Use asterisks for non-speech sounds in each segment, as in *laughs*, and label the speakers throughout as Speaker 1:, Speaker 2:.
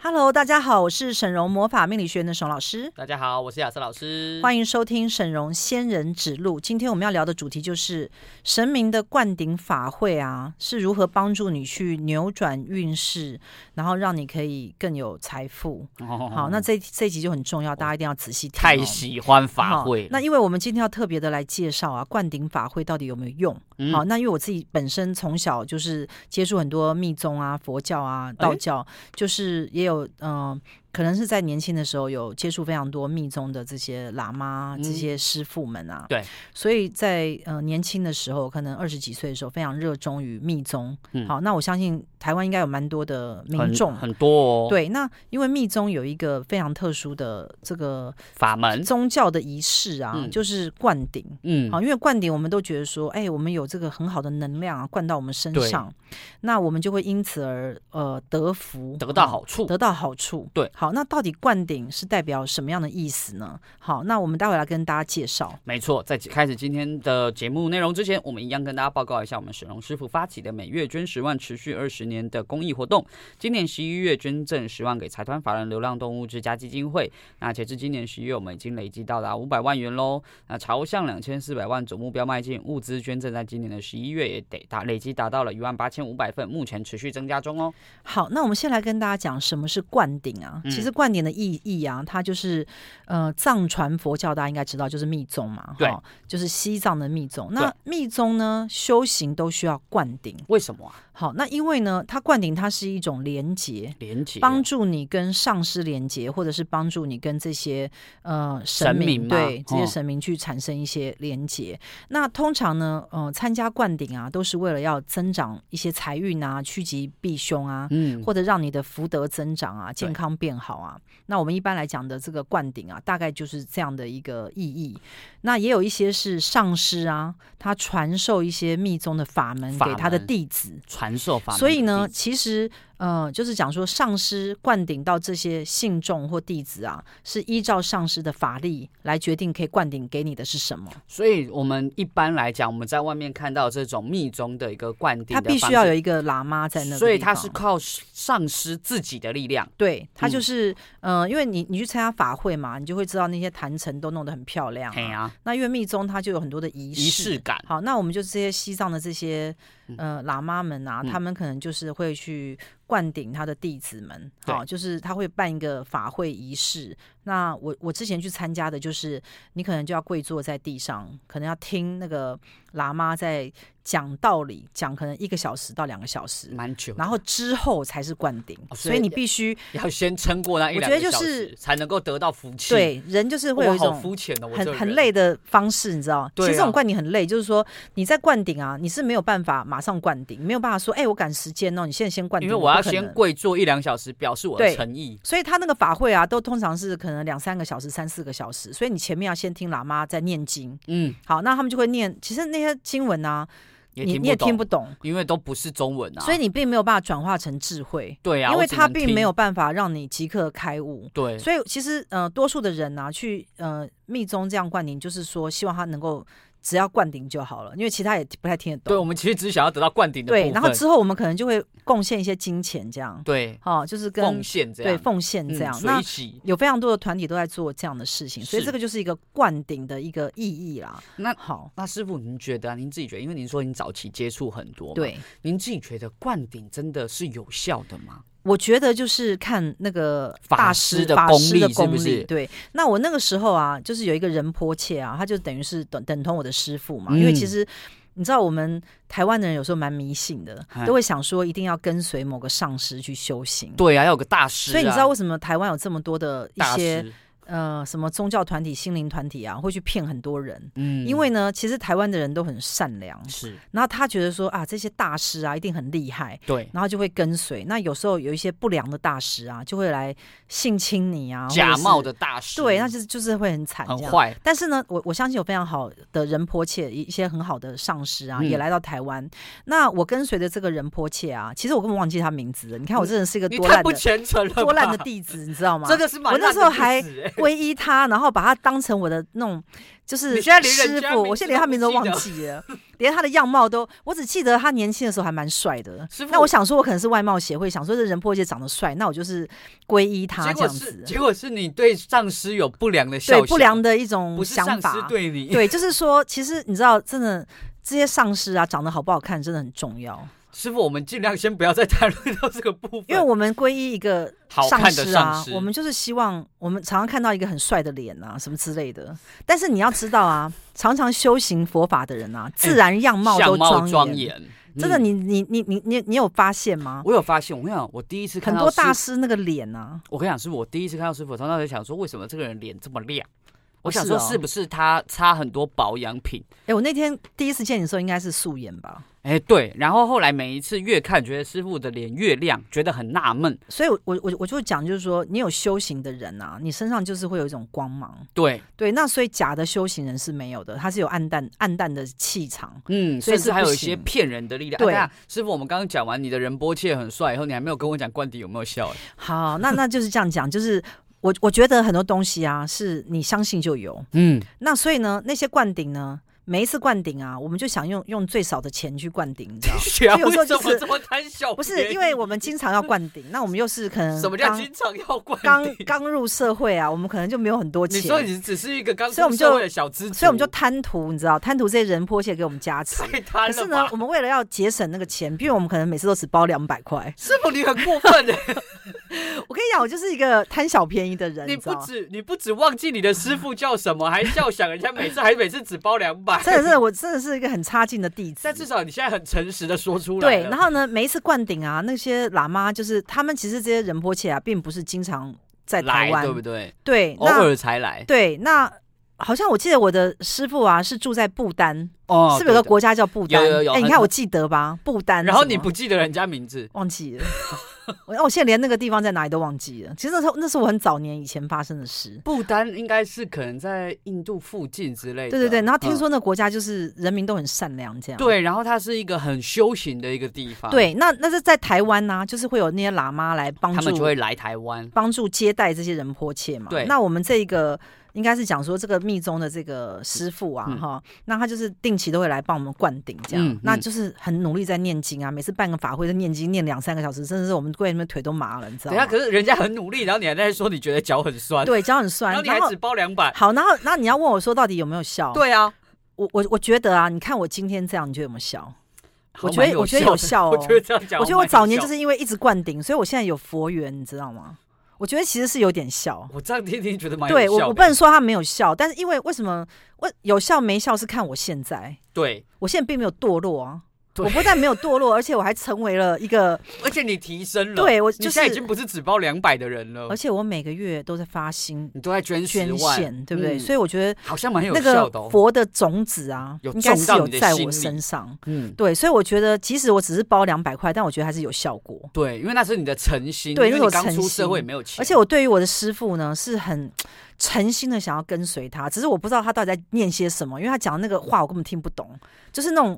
Speaker 1: Hello，大家好，我是沈荣魔法命理学院的沈老师，
Speaker 2: 大家好，我是亚瑟老师，
Speaker 1: 欢迎收听沈荣仙人指路。今天我们要聊的主题就是神明的灌顶法会啊，是如何帮助你去扭转运势，然后让你可以更有财富。
Speaker 2: 哦
Speaker 1: 好，那这这一集就很重要，大家一定要仔细听、哦。
Speaker 2: 太喜欢法会
Speaker 1: 好那因为我们今天要特别的来介绍啊，灌顶法会到底有没有用？
Speaker 2: 嗯
Speaker 1: 好，那因为我自己本身从小就是接触很多密宗啊、佛教啊、道教，就是也有嗯、呃可能是在年轻的时候有接触非常多密宗的这些喇嘛、
Speaker 2: 嗯
Speaker 1: 这些师傅们啊。
Speaker 2: 对，
Speaker 1: 所以在呃年轻的时候，可能二十几岁的时候，非常热衷于密宗。
Speaker 2: 嗯
Speaker 1: 好，那我相信台湾应该有蛮多的民
Speaker 2: 很
Speaker 1: 众。
Speaker 2: 很多哦，，
Speaker 1: 对，那因为密宗有一个非常特殊的这个
Speaker 2: 法门，
Speaker 1: 宗教的仪式啊，
Speaker 2: 嗯
Speaker 1: 就是灌顶。啊
Speaker 2: 嗯
Speaker 1: 好，因为灌顶，我们都觉得说，哎、我们有这个很好的能量啊，灌到我们身
Speaker 2: 对
Speaker 1: 上，那我们就会因此而呃得福，
Speaker 2: 得到
Speaker 1: 好
Speaker 2: 好处，
Speaker 1: 得到好处。
Speaker 2: 对
Speaker 1: 好，那到底灌顶是代表什么样的意思呢？好，那我们待会来跟大家介绍。
Speaker 2: 没错，在开始今天的节目内容之前，我们一样跟大家报告一下我们沈荣师傅发起的每月捐十万、持续二十年的公益活动。今年十一月捐赠十万给财团法人流浪动物之家基金会，那截至今年十一月，我们已经累计到达五百万元喽。那朝向两千四百万总目标迈进，物资捐赠在今年的十一月也得达累计达到了一万八千五百份，目前持续增加中哦。
Speaker 1: 好，那我们先来跟大家讲什么是灌顶啊。
Speaker 2: 嗯
Speaker 1: 其实灌顶的意义啊，它就是呃藏传佛教大家应该知道，就是密宗嘛，
Speaker 2: 对
Speaker 1: 哈，就是西藏的密宗。那密宗呢，修行都需要灌顶。
Speaker 2: 为什么啊？
Speaker 1: 好，那因为呢，它灌顶它是一种连结。
Speaker 2: 连结
Speaker 1: 帮助你跟上师连接，或者是帮助你跟这些呃神
Speaker 2: 神
Speaker 1: 明
Speaker 2: 明嘛
Speaker 1: 对这些
Speaker 2: 哦
Speaker 1: 神明去产生一些连接。那通常呢，呃，参加灌顶啊，都是为了要增长一些财运啊，趋吉避凶啊，
Speaker 2: 嗯
Speaker 1: 或者让你的福德增长啊，健康变好啊。那我们一般来讲的这个灌顶啊，大概就是这样的一个意义。那也有一些是上师啊，他传授一些密宗的法门
Speaker 2: 法
Speaker 1: 给他的
Speaker 2: 门
Speaker 1: 弟子。
Speaker 2: 传授法门的
Speaker 1: 所以呢，
Speaker 2: 弟子，
Speaker 1: 其实呃，就是讲说上师灌顶到这些信众或弟子啊，是依照上师的法力来决定可以灌顶给你的是什么。
Speaker 2: 所以我们一般来讲，我们在外面看到这种密宗的一个灌顶
Speaker 1: 他
Speaker 2: 的方
Speaker 1: 必
Speaker 2: 式，
Speaker 1: 须要有一个喇嘛在那个地方，
Speaker 2: 所以他是靠上师自己的力量，
Speaker 1: 对他就
Speaker 2: 嗯
Speaker 1: 是，嗯、呃，因为你你去参加法会嘛，你就会知道那些坛城都弄得很漂亮、
Speaker 2: 嘿
Speaker 1: 啊。
Speaker 2: 啊，
Speaker 1: 那因为密宗它就有很多的仪式。
Speaker 2: 仪式感，
Speaker 1: 好，那我们就这些西藏的这些呃喇嘛们啊，
Speaker 2: 嗯
Speaker 1: 他们可能就是会去灌顶他的弟子们，
Speaker 2: 对
Speaker 1: 好，就是他会办一个法会仪式。那我我之前去参加的就是，你可能就要跪坐在地上，可能要听那个喇嘛在讲道理，讲可能一个小时到两个小时，
Speaker 2: 蛮久的， *laughs*
Speaker 1: 然后之后才是灌顶，
Speaker 2: 嗯哦所
Speaker 1: 所
Speaker 2: 以
Speaker 1: 以你必须
Speaker 2: 要先撑过那一
Speaker 1: 我觉得
Speaker 2: 两个
Speaker 1: 就
Speaker 2: 小
Speaker 1: 是
Speaker 2: 时，才能够得到福气。，
Speaker 1: 对人就是会有
Speaker 2: 我
Speaker 1: 一
Speaker 2: 好
Speaker 1: 种
Speaker 2: 肤浅哦的，我这
Speaker 1: 很
Speaker 2: 个
Speaker 1: 很
Speaker 2: 人
Speaker 1: 累，的方式，你知道？其
Speaker 2: 对
Speaker 1: 实这
Speaker 2: 啊
Speaker 1: 种灌顶很累，就是说你在灌顶啊，你是没有办法马上灌顶，没有办法说，哎、我赶时间哦，你现在先灌
Speaker 2: 因
Speaker 1: 顶，
Speaker 2: 为我要
Speaker 1: 不可能
Speaker 2: 先。跪坐一两小时，表示我的
Speaker 1: 对
Speaker 2: 诚意。
Speaker 1: 所以他那个法会啊，都通常是可能两三个小时、三四个小时，所以你前面要先听喇嘛在念经。
Speaker 2: 嗯，
Speaker 1: 好，那他们就会念，其实那些经文啊，
Speaker 2: 也
Speaker 1: 你
Speaker 2: 听
Speaker 1: 你也听
Speaker 2: 不
Speaker 1: 不
Speaker 2: 懂，
Speaker 1: 懂，
Speaker 2: 因为都不是中文啊。
Speaker 1: 所以你并没有办法转化成智慧，
Speaker 2: 对啊，
Speaker 1: 因为
Speaker 2: 我只
Speaker 1: 它
Speaker 2: 能
Speaker 1: 并
Speaker 2: 听
Speaker 1: 没有办法让你即刻开悟。
Speaker 2: 对
Speaker 1: 所以其实呃，多数的人呢、去呃密宗这样灌顶，就是说希望他能够只要灌顶就好了，因为其他也不太听得
Speaker 2: 对，
Speaker 1: 懂。
Speaker 2: 我们其实只是想要得到灌顶的部分。
Speaker 1: 然后之后我们可能就会贡献一些金钱，这样，
Speaker 2: 对
Speaker 1: 哦，就是跟
Speaker 2: 奉献这
Speaker 1: 对
Speaker 2: 样，
Speaker 1: 奉献
Speaker 2: 嗯
Speaker 1: 这样。
Speaker 2: 水
Speaker 1: 那
Speaker 2: 洗。
Speaker 1: 有非常多的团体都在做这样的事情，所以
Speaker 2: 是
Speaker 1: 这个就是一个灌顶的一个意义啦。
Speaker 2: 那
Speaker 1: 好，
Speaker 2: 那师傅，您觉得、啊，您自己觉得，因为您说您早期接触很多，，
Speaker 1: 对，
Speaker 2: 您自己觉得灌顶真的是有效的吗？
Speaker 1: 我觉得就是看那个
Speaker 2: 法
Speaker 1: 大
Speaker 2: 师的
Speaker 1: 法
Speaker 2: 功
Speaker 1: 师的
Speaker 2: 力是
Speaker 1: 功
Speaker 2: 不是
Speaker 1: 对，那我那个时候啊，就是有一个仁波切啊，他就等于是等等同我的师傅嘛，因为
Speaker 2: 嗯哎
Speaker 1: 其实。你知道我们台湾的人有时候蛮迷信的，
Speaker 2: 嗨
Speaker 1: 都会想说一定要跟随某个上师去修行。
Speaker 2: 对啊，要有个大师、啊，
Speaker 1: 所以你知道为什么台湾有这么多的一
Speaker 2: 大
Speaker 1: 些
Speaker 2: 师，
Speaker 1: 呃什么宗教团体、心灵团体啊，会去骗很多人？
Speaker 2: 嗯
Speaker 1: 因为呢，其实台湾的人都很善良，
Speaker 2: 是
Speaker 1: 然后他觉得说啊，这些大师啊一定很厉害，
Speaker 2: 对
Speaker 1: 然后就会跟随。那有时候有一些不良的大师啊，就会来性侵你啊，
Speaker 2: 假冒
Speaker 1: 或者
Speaker 2: 的大师，
Speaker 1: 是对，那就是就是会很惨
Speaker 2: 很
Speaker 1: 这样。
Speaker 2: 坏，
Speaker 1: 但是呢，我我相信有非常好的仁波切，一一些很好的上师啊，
Speaker 2: 嗯
Speaker 1: 也来到台湾。那我跟随的这个仁波切啊，其实我根本忘记他名字了。你看我真的是一个
Speaker 2: 你
Speaker 1: 多
Speaker 2: 太
Speaker 1: 烂
Speaker 2: 不
Speaker 1: 的
Speaker 2: 虔诚了吧，
Speaker 1: 多烂的弟子，你知道吗？
Speaker 2: *laughs* 真的是蛮
Speaker 1: 我那
Speaker 2: 烂
Speaker 1: 时候
Speaker 2: 弟
Speaker 1: 还
Speaker 2: *laughs* 子欸
Speaker 1: 皈依他，然后把他当成我的那种就是
Speaker 2: 你现在连人
Speaker 1: 师
Speaker 2: 家
Speaker 1: 傅，
Speaker 2: 名
Speaker 1: 我
Speaker 2: 字
Speaker 1: 现在连
Speaker 2: 都
Speaker 1: 他
Speaker 2: 不
Speaker 1: 名字都
Speaker 2: 记
Speaker 1: 忘
Speaker 2: 得
Speaker 1: 记了，连他的样貌都，我只记得他年轻的时候还蛮帅的
Speaker 2: 师。
Speaker 1: 那
Speaker 2: 父
Speaker 1: 我想说，我可能是外貌协会，想说这人破界长得帅，那我就是皈依 *laughs* 他
Speaker 2: 结
Speaker 1: 这
Speaker 2: 果
Speaker 1: 样
Speaker 2: 是
Speaker 1: 子。
Speaker 2: 结果是你对上司有不良的效
Speaker 1: 对
Speaker 2: 想，
Speaker 1: 不良的一种
Speaker 2: 不是
Speaker 1: 想
Speaker 2: 上司
Speaker 1: 法，
Speaker 2: 对 *laughs* 你，
Speaker 1: 对，就是说，其实你知道，真的这些上司啊，长得好不好看真的很重要，
Speaker 2: 师傅，我们尽量先不要再谈论到这个部分，
Speaker 1: 因为我们皈依一个
Speaker 2: 好
Speaker 1: 上
Speaker 2: 看的
Speaker 1: 司
Speaker 2: 上
Speaker 1: 啊
Speaker 2: 司，，
Speaker 1: 我们就是希望我们常常看到一个很帅的脸啊，什么之类的。但是你要知道啊，常常修行佛法的人啊，自然样貌都
Speaker 2: 哎相貌
Speaker 1: 庄
Speaker 2: 庄
Speaker 1: 严。
Speaker 2: 严，
Speaker 1: 真的，
Speaker 2: 嗯
Speaker 1: 你你你你你你有发现吗？
Speaker 2: 我有发现，我跟你讲，我第一次看
Speaker 1: 很
Speaker 2: 到
Speaker 1: 多大
Speaker 2: 师，
Speaker 1: 师那个脸啊，
Speaker 2: 我跟你讲，是我第一次看到师傅，常常在想说，为什么这个人脸这么亮？我想
Speaker 1: 是
Speaker 2: 说，
Speaker 1: 哦
Speaker 2: 是不是他擦很多保养品？
Speaker 1: 哎，我那天第一次见你的时候应该是素颜吧，
Speaker 2: 哎、对，然后后来每一次越看，觉得师傅的脸越亮，觉得很纳闷。
Speaker 1: 所以我我我我就讲就是说，你有修行的人啊，你身上就是会有一种光芒。
Speaker 2: 对，
Speaker 1: 对，那所以假的修行人是没有的，他是有暗淡暗淡的气场。
Speaker 2: 嗯，
Speaker 1: 所以
Speaker 2: 甚
Speaker 1: 是
Speaker 2: 至还
Speaker 1: 不
Speaker 2: 有一些
Speaker 1: 行
Speaker 2: 骗人的力量。
Speaker 1: 对
Speaker 2: 啊、师傅，我们刚刚讲完你的仁波切很帅以后，你还没有跟我讲冠迪有没有笑、哎
Speaker 1: 好，那那就是这样讲，就是我我觉得很多东西啊，是你相信就有。
Speaker 2: 嗯，？
Speaker 1: 那所以呢，那些灌顶呢，每一次灌顶啊，我们就想用用最少的钱去灌顶，你知道
Speaker 2: 天啊，
Speaker 1: 所以有
Speaker 2: 为
Speaker 1: 时候
Speaker 2: 什
Speaker 1: 就是
Speaker 2: 么这么贪小便宜？
Speaker 1: 不是，因为我们经常要灌顶，那我们又是可能
Speaker 2: 什么叫
Speaker 1: 刚
Speaker 2: 经常要冠
Speaker 1: 刚
Speaker 2: 迪？
Speaker 1: 刚入社会啊，我们可能就没有很多
Speaker 2: 你
Speaker 1: 钱，
Speaker 2: 说你只是一个刚
Speaker 1: 所以我
Speaker 2: 出
Speaker 1: 们
Speaker 2: 社
Speaker 1: 就
Speaker 2: 会的小资族，
Speaker 1: 所以我们就贪图，你知道，贪图这些人迫切给我们加持。
Speaker 2: 太
Speaker 1: 可
Speaker 2: 贪了吧。
Speaker 1: 是呢，我们为了要节省那个钱，因为我们可能每次都只包两百
Speaker 2: *laughs*
Speaker 1: 块，
Speaker 2: 师傅，你很过分
Speaker 1: *laughs*
Speaker 2: 欸的，
Speaker 1: 我跟你讲，我就是一个贪小便宜的人，
Speaker 2: 你
Speaker 1: 你知道
Speaker 2: 不
Speaker 1: 吗？
Speaker 2: 止你不止忘记你的师傅叫什么，还笑想人家每次还每次只包两百，
Speaker 1: 真的是，我真的是一个很差劲的弟子
Speaker 2: *laughs* 但。至少你现在很诚实的说出来了。
Speaker 1: 对，然后呢，每一次灌顶啊，那些喇嘛就是他们，其实这些仁波切啊，并不是经常在台
Speaker 2: 来
Speaker 1: 湾，
Speaker 2: 对不对？
Speaker 1: 对
Speaker 2: 偶
Speaker 1: 那
Speaker 2: 尔才来
Speaker 1: 对，那好像我记得我的师傅啊是住在不丹，
Speaker 2: 哦
Speaker 1: 是不是有个？国家叫不丹？
Speaker 2: 有有有
Speaker 1: 哎，你
Speaker 2: 很
Speaker 1: 看我记得吧，不丹
Speaker 2: 对
Speaker 1: 什么。
Speaker 2: 对然后你不记得人家名字，
Speaker 1: 忘记了？ *laughs* 我我现在连那个地方在哪里都忘记了。其实那时候那是我很早年以前发生的事。
Speaker 2: 不丹应该是可能在印度附近之类的。
Speaker 1: 对对对，然后听
Speaker 2: 嗯、
Speaker 1: 说那国家就是人民都很善良，这样。
Speaker 2: 对，啊然后它是一个很修行的一个地
Speaker 1: 嗯
Speaker 2: 方，，
Speaker 1: 对，那那是在台湾呢、就是会有那些喇嘛来帮
Speaker 2: 他们就
Speaker 1: 助
Speaker 2: 会来台湾。
Speaker 1: 帮助接待这些人迫切嘛。
Speaker 2: 对
Speaker 1: 那我们这个应该是讲说这个密宗的这个师傅啊，
Speaker 2: 嗯
Speaker 1: 哈、那他就是定期都会来帮我们灌顶这样，
Speaker 2: 嗯嗯
Speaker 1: 那就是很努力在念经啊，每次办个法会就念经念两三个小时，甚至是我们跪在那边腿都麻了，你知
Speaker 2: 等
Speaker 1: 道
Speaker 2: 一下，
Speaker 1: 吗？
Speaker 2: 可是人家很努力，然后你还在说你觉得脚很酸，
Speaker 1: 对，脚很
Speaker 2: 然
Speaker 1: 酸
Speaker 2: 后，你
Speaker 1: 然
Speaker 2: 还
Speaker 1: 后
Speaker 2: 只包两百，
Speaker 1: 好，然后然后你要问我说到底有没有效？，
Speaker 2: 对啊，
Speaker 1: 我我我觉得啊，你看我今天这样，你觉得有没有效？我
Speaker 2: 好
Speaker 1: 觉
Speaker 2: 蛮
Speaker 1: 得我觉得有
Speaker 2: 的
Speaker 1: 效哦，
Speaker 2: 我觉得这样讲，
Speaker 1: 我觉得我早年
Speaker 2: 是。
Speaker 1: 就是因为一直灌顶，所以我现在有佛缘，你知道吗？我觉得其实是有点效。
Speaker 2: 我这样听听觉得蛮有
Speaker 1: 对
Speaker 2: 效
Speaker 1: 我，我
Speaker 2: 的
Speaker 1: 不能说它没有效，但是因为为什么我有效没效是看我现在，
Speaker 2: 对，
Speaker 1: 我现在并没有堕落啊。
Speaker 2: 对
Speaker 1: 我不但没有堕落，而且我还成为了一个，
Speaker 2: 而且你提升了，，
Speaker 1: 对我就
Speaker 2: 你
Speaker 1: 是
Speaker 2: 现在，已经不是只包两百的人了
Speaker 1: 而，且我每个月都在发心
Speaker 2: 你都在捐嗯十
Speaker 1: 捐
Speaker 2: 万，
Speaker 1: 献，对不对？
Speaker 2: 嗯
Speaker 1: 所以我觉得
Speaker 2: 好像蛮有
Speaker 1: 那
Speaker 2: 效
Speaker 1: 个
Speaker 2: 的哦。
Speaker 1: 佛的种子啊，
Speaker 2: 有
Speaker 1: 应该
Speaker 2: 种
Speaker 1: 是
Speaker 2: 到
Speaker 1: 有
Speaker 2: 你的
Speaker 1: 在
Speaker 2: 心
Speaker 1: 我
Speaker 2: 里
Speaker 1: 身上。
Speaker 2: 嗯，
Speaker 1: 对，所以我觉得即使我只是包两百块，但我觉得还是有效果。
Speaker 2: 对，因为那是你的诚心，
Speaker 1: 对
Speaker 2: 因为
Speaker 1: 那
Speaker 2: 你
Speaker 1: 是我
Speaker 2: 刚出
Speaker 1: 诚
Speaker 2: 社会
Speaker 1: 心
Speaker 2: 没有钱，
Speaker 1: 而且我对于我的师傅呢，是很诚心的想要跟随他，只是我不知道他到底在念些什么，因为他讲的那个话我根本听不懂，就是那种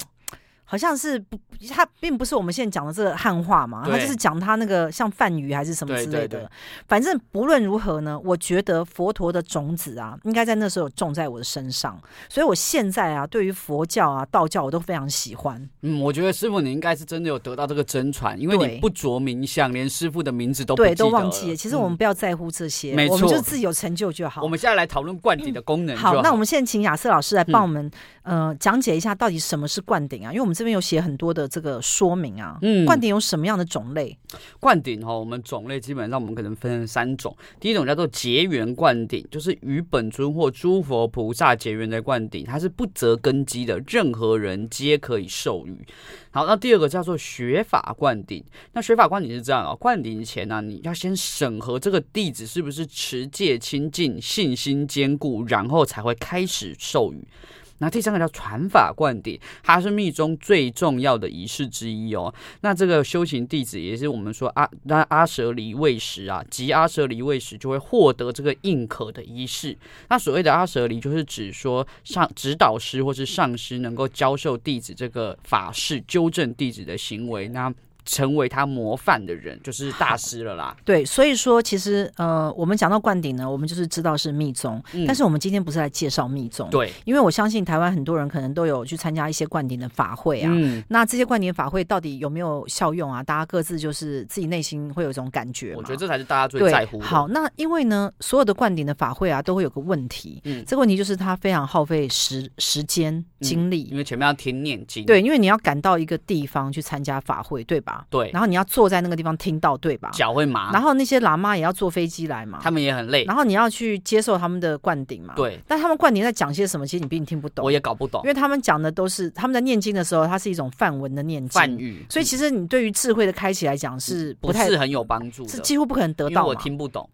Speaker 1: 好像是不，他并不是我们现在讲的这个汉话嘛，
Speaker 2: 对
Speaker 1: 他就是讲他那个像梵语还是什么
Speaker 2: 对
Speaker 1: 之类的。
Speaker 2: 对对
Speaker 1: 反正不论如何呢，我觉得佛陀的种子啊，应该在那时候有种在我的身上，所以我现在啊，对于佛教啊、道教我都非常喜欢。
Speaker 2: 嗯，我觉得师傅你应该是真的有得到这个真传，因为你
Speaker 1: 对
Speaker 2: 不着名相，连师傅的名字都不
Speaker 1: 对，
Speaker 2: 记
Speaker 1: 都
Speaker 2: 得
Speaker 1: 忘记了。
Speaker 2: 了
Speaker 1: 其实我们
Speaker 2: 嗯
Speaker 1: 不要在乎这些，
Speaker 2: 没
Speaker 1: 我们就
Speaker 2: 错
Speaker 1: 自己有成就就好。
Speaker 2: 我们现在来讨论灌顶的 *laughs* 功能
Speaker 1: 嗯
Speaker 2: 就
Speaker 1: 好，那我们现在请亚瑟老师来
Speaker 2: 嗯
Speaker 1: 帮我们、呃讲解一下到底什么是灌顶啊？因为我们这边有写很多的这个说明啊。
Speaker 2: 嗯
Speaker 1: 灌顶有什么样的种类？
Speaker 2: 灌顶哈，我们种类基本上我们可能分成三种。第一种叫做结缘灌顶，就是与本尊或诸佛菩萨结缘的灌顶，它是不择根基的，任何人皆可以授予。好，那第二个叫做学法灌顶。那学法灌顶是这样哦，灌顶前呢、你要先审核这个弟子是不是持戒清净、信心坚固，然后才会开始授予。那第三个叫传法灌顶，它是密宗最重要的仪式之一哦。那这个修行弟子也是我们说阿那阿舍离位时啊，即阿舍离位时就会获得这个印可的仪式。那所谓的阿舍离，就是指说上指导师或是上师能够教授弟子这个法事，纠正弟子的行为。那成为他模范的人，就是大师了啦。
Speaker 1: 对，所以说其实呃，我们讲到灌顶呢，我们就是知道是密宗，
Speaker 2: 嗯
Speaker 1: 但是我们今天不是来介绍密宗，
Speaker 2: 对，
Speaker 1: 因为我相信台湾很多人可能都有去参加一些灌顶的法会啊。
Speaker 2: 嗯，
Speaker 1: 那这些灌顶法会到底有没有效用啊？大家各自就是自己内心会有一种感觉嘛。
Speaker 2: 我觉得这才是大家最
Speaker 1: 对
Speaker 2: 在乎的。
Speaker 1: 好，，那因为呢，所有的灌顶的法会啊，都会有个问题，
Speaker 2: 嗯
Speaker 1: 这个问题就是它非常耗费时时间精力。
Speaker 2: 因为前面要听念经，
Speaker 1: 对，因为你要赶到一个地方去参加法会，对吧？
Speaker 2: 对，
Speaker 1: 然后你要坐在那个地方听到，对吧？
Speaker 2: 脚会麻，
Speaker 1: 然后那些喇嘛也要坐飞机来嘛，
Speaker 2: 他们也很累。
Speaker 1: 然后你要去接受他们的灌顶嘛。。
Speaker 2: 对，
Speaker 1: 但他们灌顶在讲些什么，其实你并听不懂
Speaker 2: 我，也搞不懂
Speaker 1: 因为他们讲的都是他们在念经的时候，它是一种梵文的念
Speaker 2: 梵
Speaker 1: 经，
Speaker 2: 语，嗯
Speaker 1: 所以其实你对于智慧的开启来讲是
Speaker 2: 不
Speaker 1: 太
Speaker 2: 是很有帮助
Speaker 1: 是
Speaker 2: 的，
Speaker 1: 几乎不可能得
Speaker 2: 因为
Speaker 1: 到
Speaker 2: 我
Speaker 1: 嘛。
Speaker 2: 听不懂。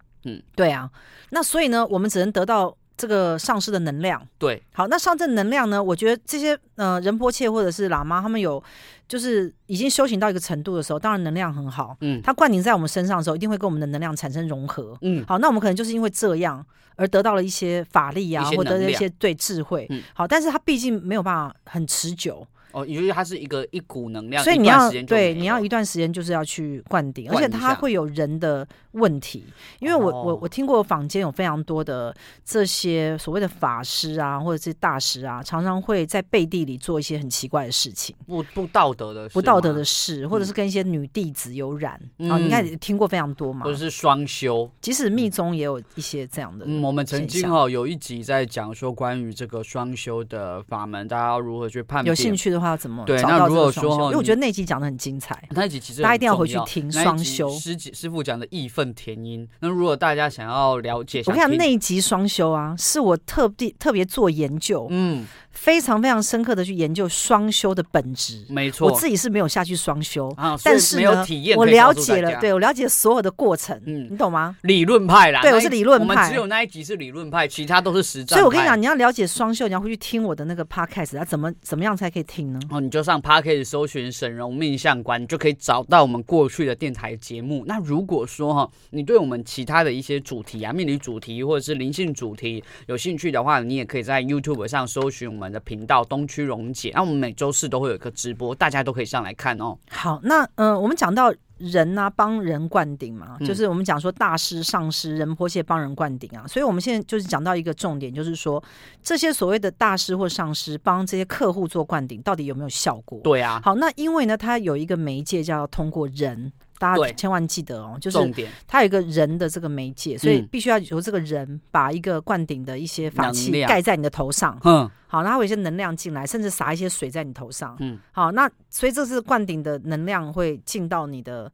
Speaker 1: 对啊，那所以呢，我们只能得到这个上师的能量。
Speaker 2: 对，
Speaker 1: 好，那上正能量呢？我觉得这些呃仁波切或者是喇嘛，他们有就是已经修行到一个程度的时候，当然能量很好，
Speaker 2: 嗯
Speaker 1: 它灌顶在我们身上的时候，一定会跟我们的能量产生融合。
Speaker 2: 嗯，
Speaker 1: 好，那我们可能就是因为这样而得到了一些法力啊，
Speaker 2: 一些
Speaker 1: 或得
Speaker 2: 能
Speaker 1: 到一
Speaker 2: 量
Speaker 1: 些对智慧。
Speaker 2: 嗯
Speaker 1: 好，但是它毕竟没有办法很持久，
Speaker 2: 哦，也就是它是一个一股能量，
Speaker 1: 所以
Speaker 2: 一
Speaker 1: 你
Speaker 2: 段
Speaker 1: 要
Speaker 2: 时间就
Speaker 1: 对
Speaker 2: 没
Speaker 1: 你要
Speaker 2: 了
Speaker 1: 一段时间就是要去灌顶，而
Speaker 2: 灌
Speaker 1: 且
Speaker 2: 一
Speaker 1: 它
Speaker 2: 下
Speaker 1: 会有人的问题，因为我、我
Speaker 2: 哦
Speaker 1: 我听过坊间有非常多的这些所谓的法师啊，或者是大师啊，常常会在背地里做一些很奇怪的事情。
Speaker 2: 不不道德的
Speaker 1: 不
Speaker 2: 事
Speaker 1: 道德
Speaker 2: 吗
Speaker 1: 的，事，或者
Speaker 2: 嗯
Speaker 1: 是跟一些女弟子有染、啊，你应该
Speaker 2: 嗯
Speaker 1: 也听过非常多嘛
Speaker 2: 或。者是双修。
Speaker 1: 即使密宗也有一些这样的，
Speaker 2: 嗯，我们曾
Speaker 1: 现
Speaker 2: 经
Speaker 1: 象
Speaker 2: 哦有一集在讲说关于这个双修的法门，大家要如何去判别。
Speaker 1: 有兴趣的话怎么
Speaker 2: 对
Speaker 1: 找
Speaker 2: 那
Speaker 1: 到
Speaker 2: 如
Speaker 1: 这个
Speaker 2: 果
Speaker 1: 双
Speaker 2: 说
Speaker 1: 修？因为我
Speaker 2: 你
Speaker 1: 觉得那集讲的很精彩。
Speaker 2: 那一集其实
Speaker 1: 大家
Speaker 2: 很
Speaker 1: 一定要
Speaker 2: 重
Speaker 1: 回去听
Speaker 2: 那一
Speaker 1: 双
Speaker 2: 集
Speaker 1: 修
Speaker 2: 师姐师傅讲的义愤填膺。那如果大家想要了解，
Speaker 1: 我
Speaker 2: 想
Speaker 1: 跟你讲，
Speaker 2: 听
Speaker 1: 那一集双修啊，是我特地特别做研究，
Speaker 2: 嗯，
Speaker 1: 非常非常深刻的去研究双修的本质。
Speaker 2: 没错，
Speaker 1: 我自己是没有下去双修，
Speaker 2: 啊，所以
Speaker 1: 但是
Speaker 2: 没有
Speaker 1: 呢
Speaker 2: 体验，
Speaker 1: 我了解了，，对我了解所有的过程，
Speaker 2: 嗯
Speaker 1: 你懂吗？
Speaker 2: 理论派啦，
Speaker 1: 对
Speaker 2: 那
Speaker 1: 我
Speaker 2: 一
Speaker 1: 是理论
Speaker 2: 我们
Speaker 1: 派
Speaker 2: 只有那一集是理论派，其他都是实战。
Speaker 1: 所
Speaker 2: 啊
Speaker 1: 以我跟你讲，，你要了解双修，你要回去听我的那个 podcast，啊，怎么怎么样才可以听呢？
Speaker 2: 哦，你就上 p a r k e 搜寻沈荣命相观，你就可以找到我们过去的电台节目。那如果说哈，你对我们其他的一些主题啊，命理主题或者是灵性主题有兴趣的话，你也可以在 YouTube 上搜寻我们的频道东区荣姐。那我们每周四都会有一个直播，大家都可以上来看哦。
Speaker 1: 好，那嗯、呃我们讲到人呐、帮人灌顶嘛，
Speaker 2: 嗯
Speaker 1: 就是我们讲说大师、上师、仁波切帮人灌顶啊，所以我们现在就是讲到一个重点，就是说这些所谓的大师或上师帮这些客户做灌顶，到底有没有效果？
Speaker 2: 对啊，
Speaker 1: 好，那因为呢，它有一个媒介叫通过人。大
Speaker 2: 对
Speaker 1: 家千万记得哦，就是
Speaker 2: 重点
Speaker 1: 它有一个人的这个媒介，所以
Speaker 2: 嗯
Speaker 1: 必须要由这个人把一个灌顶的一些法
Speaker 2: 能
Speaker 1: 器
Speaker 2: 量
Speaker 1: 盖在你的头上，
Speaker 2: 哼，
Speaker 1: 好，然后有一些能量进来，甚至洒一些水在你头上。
Speaker 2: 嗯
Speaker 1: 嗯，好，那所以这次灌顶的能量会进到你的，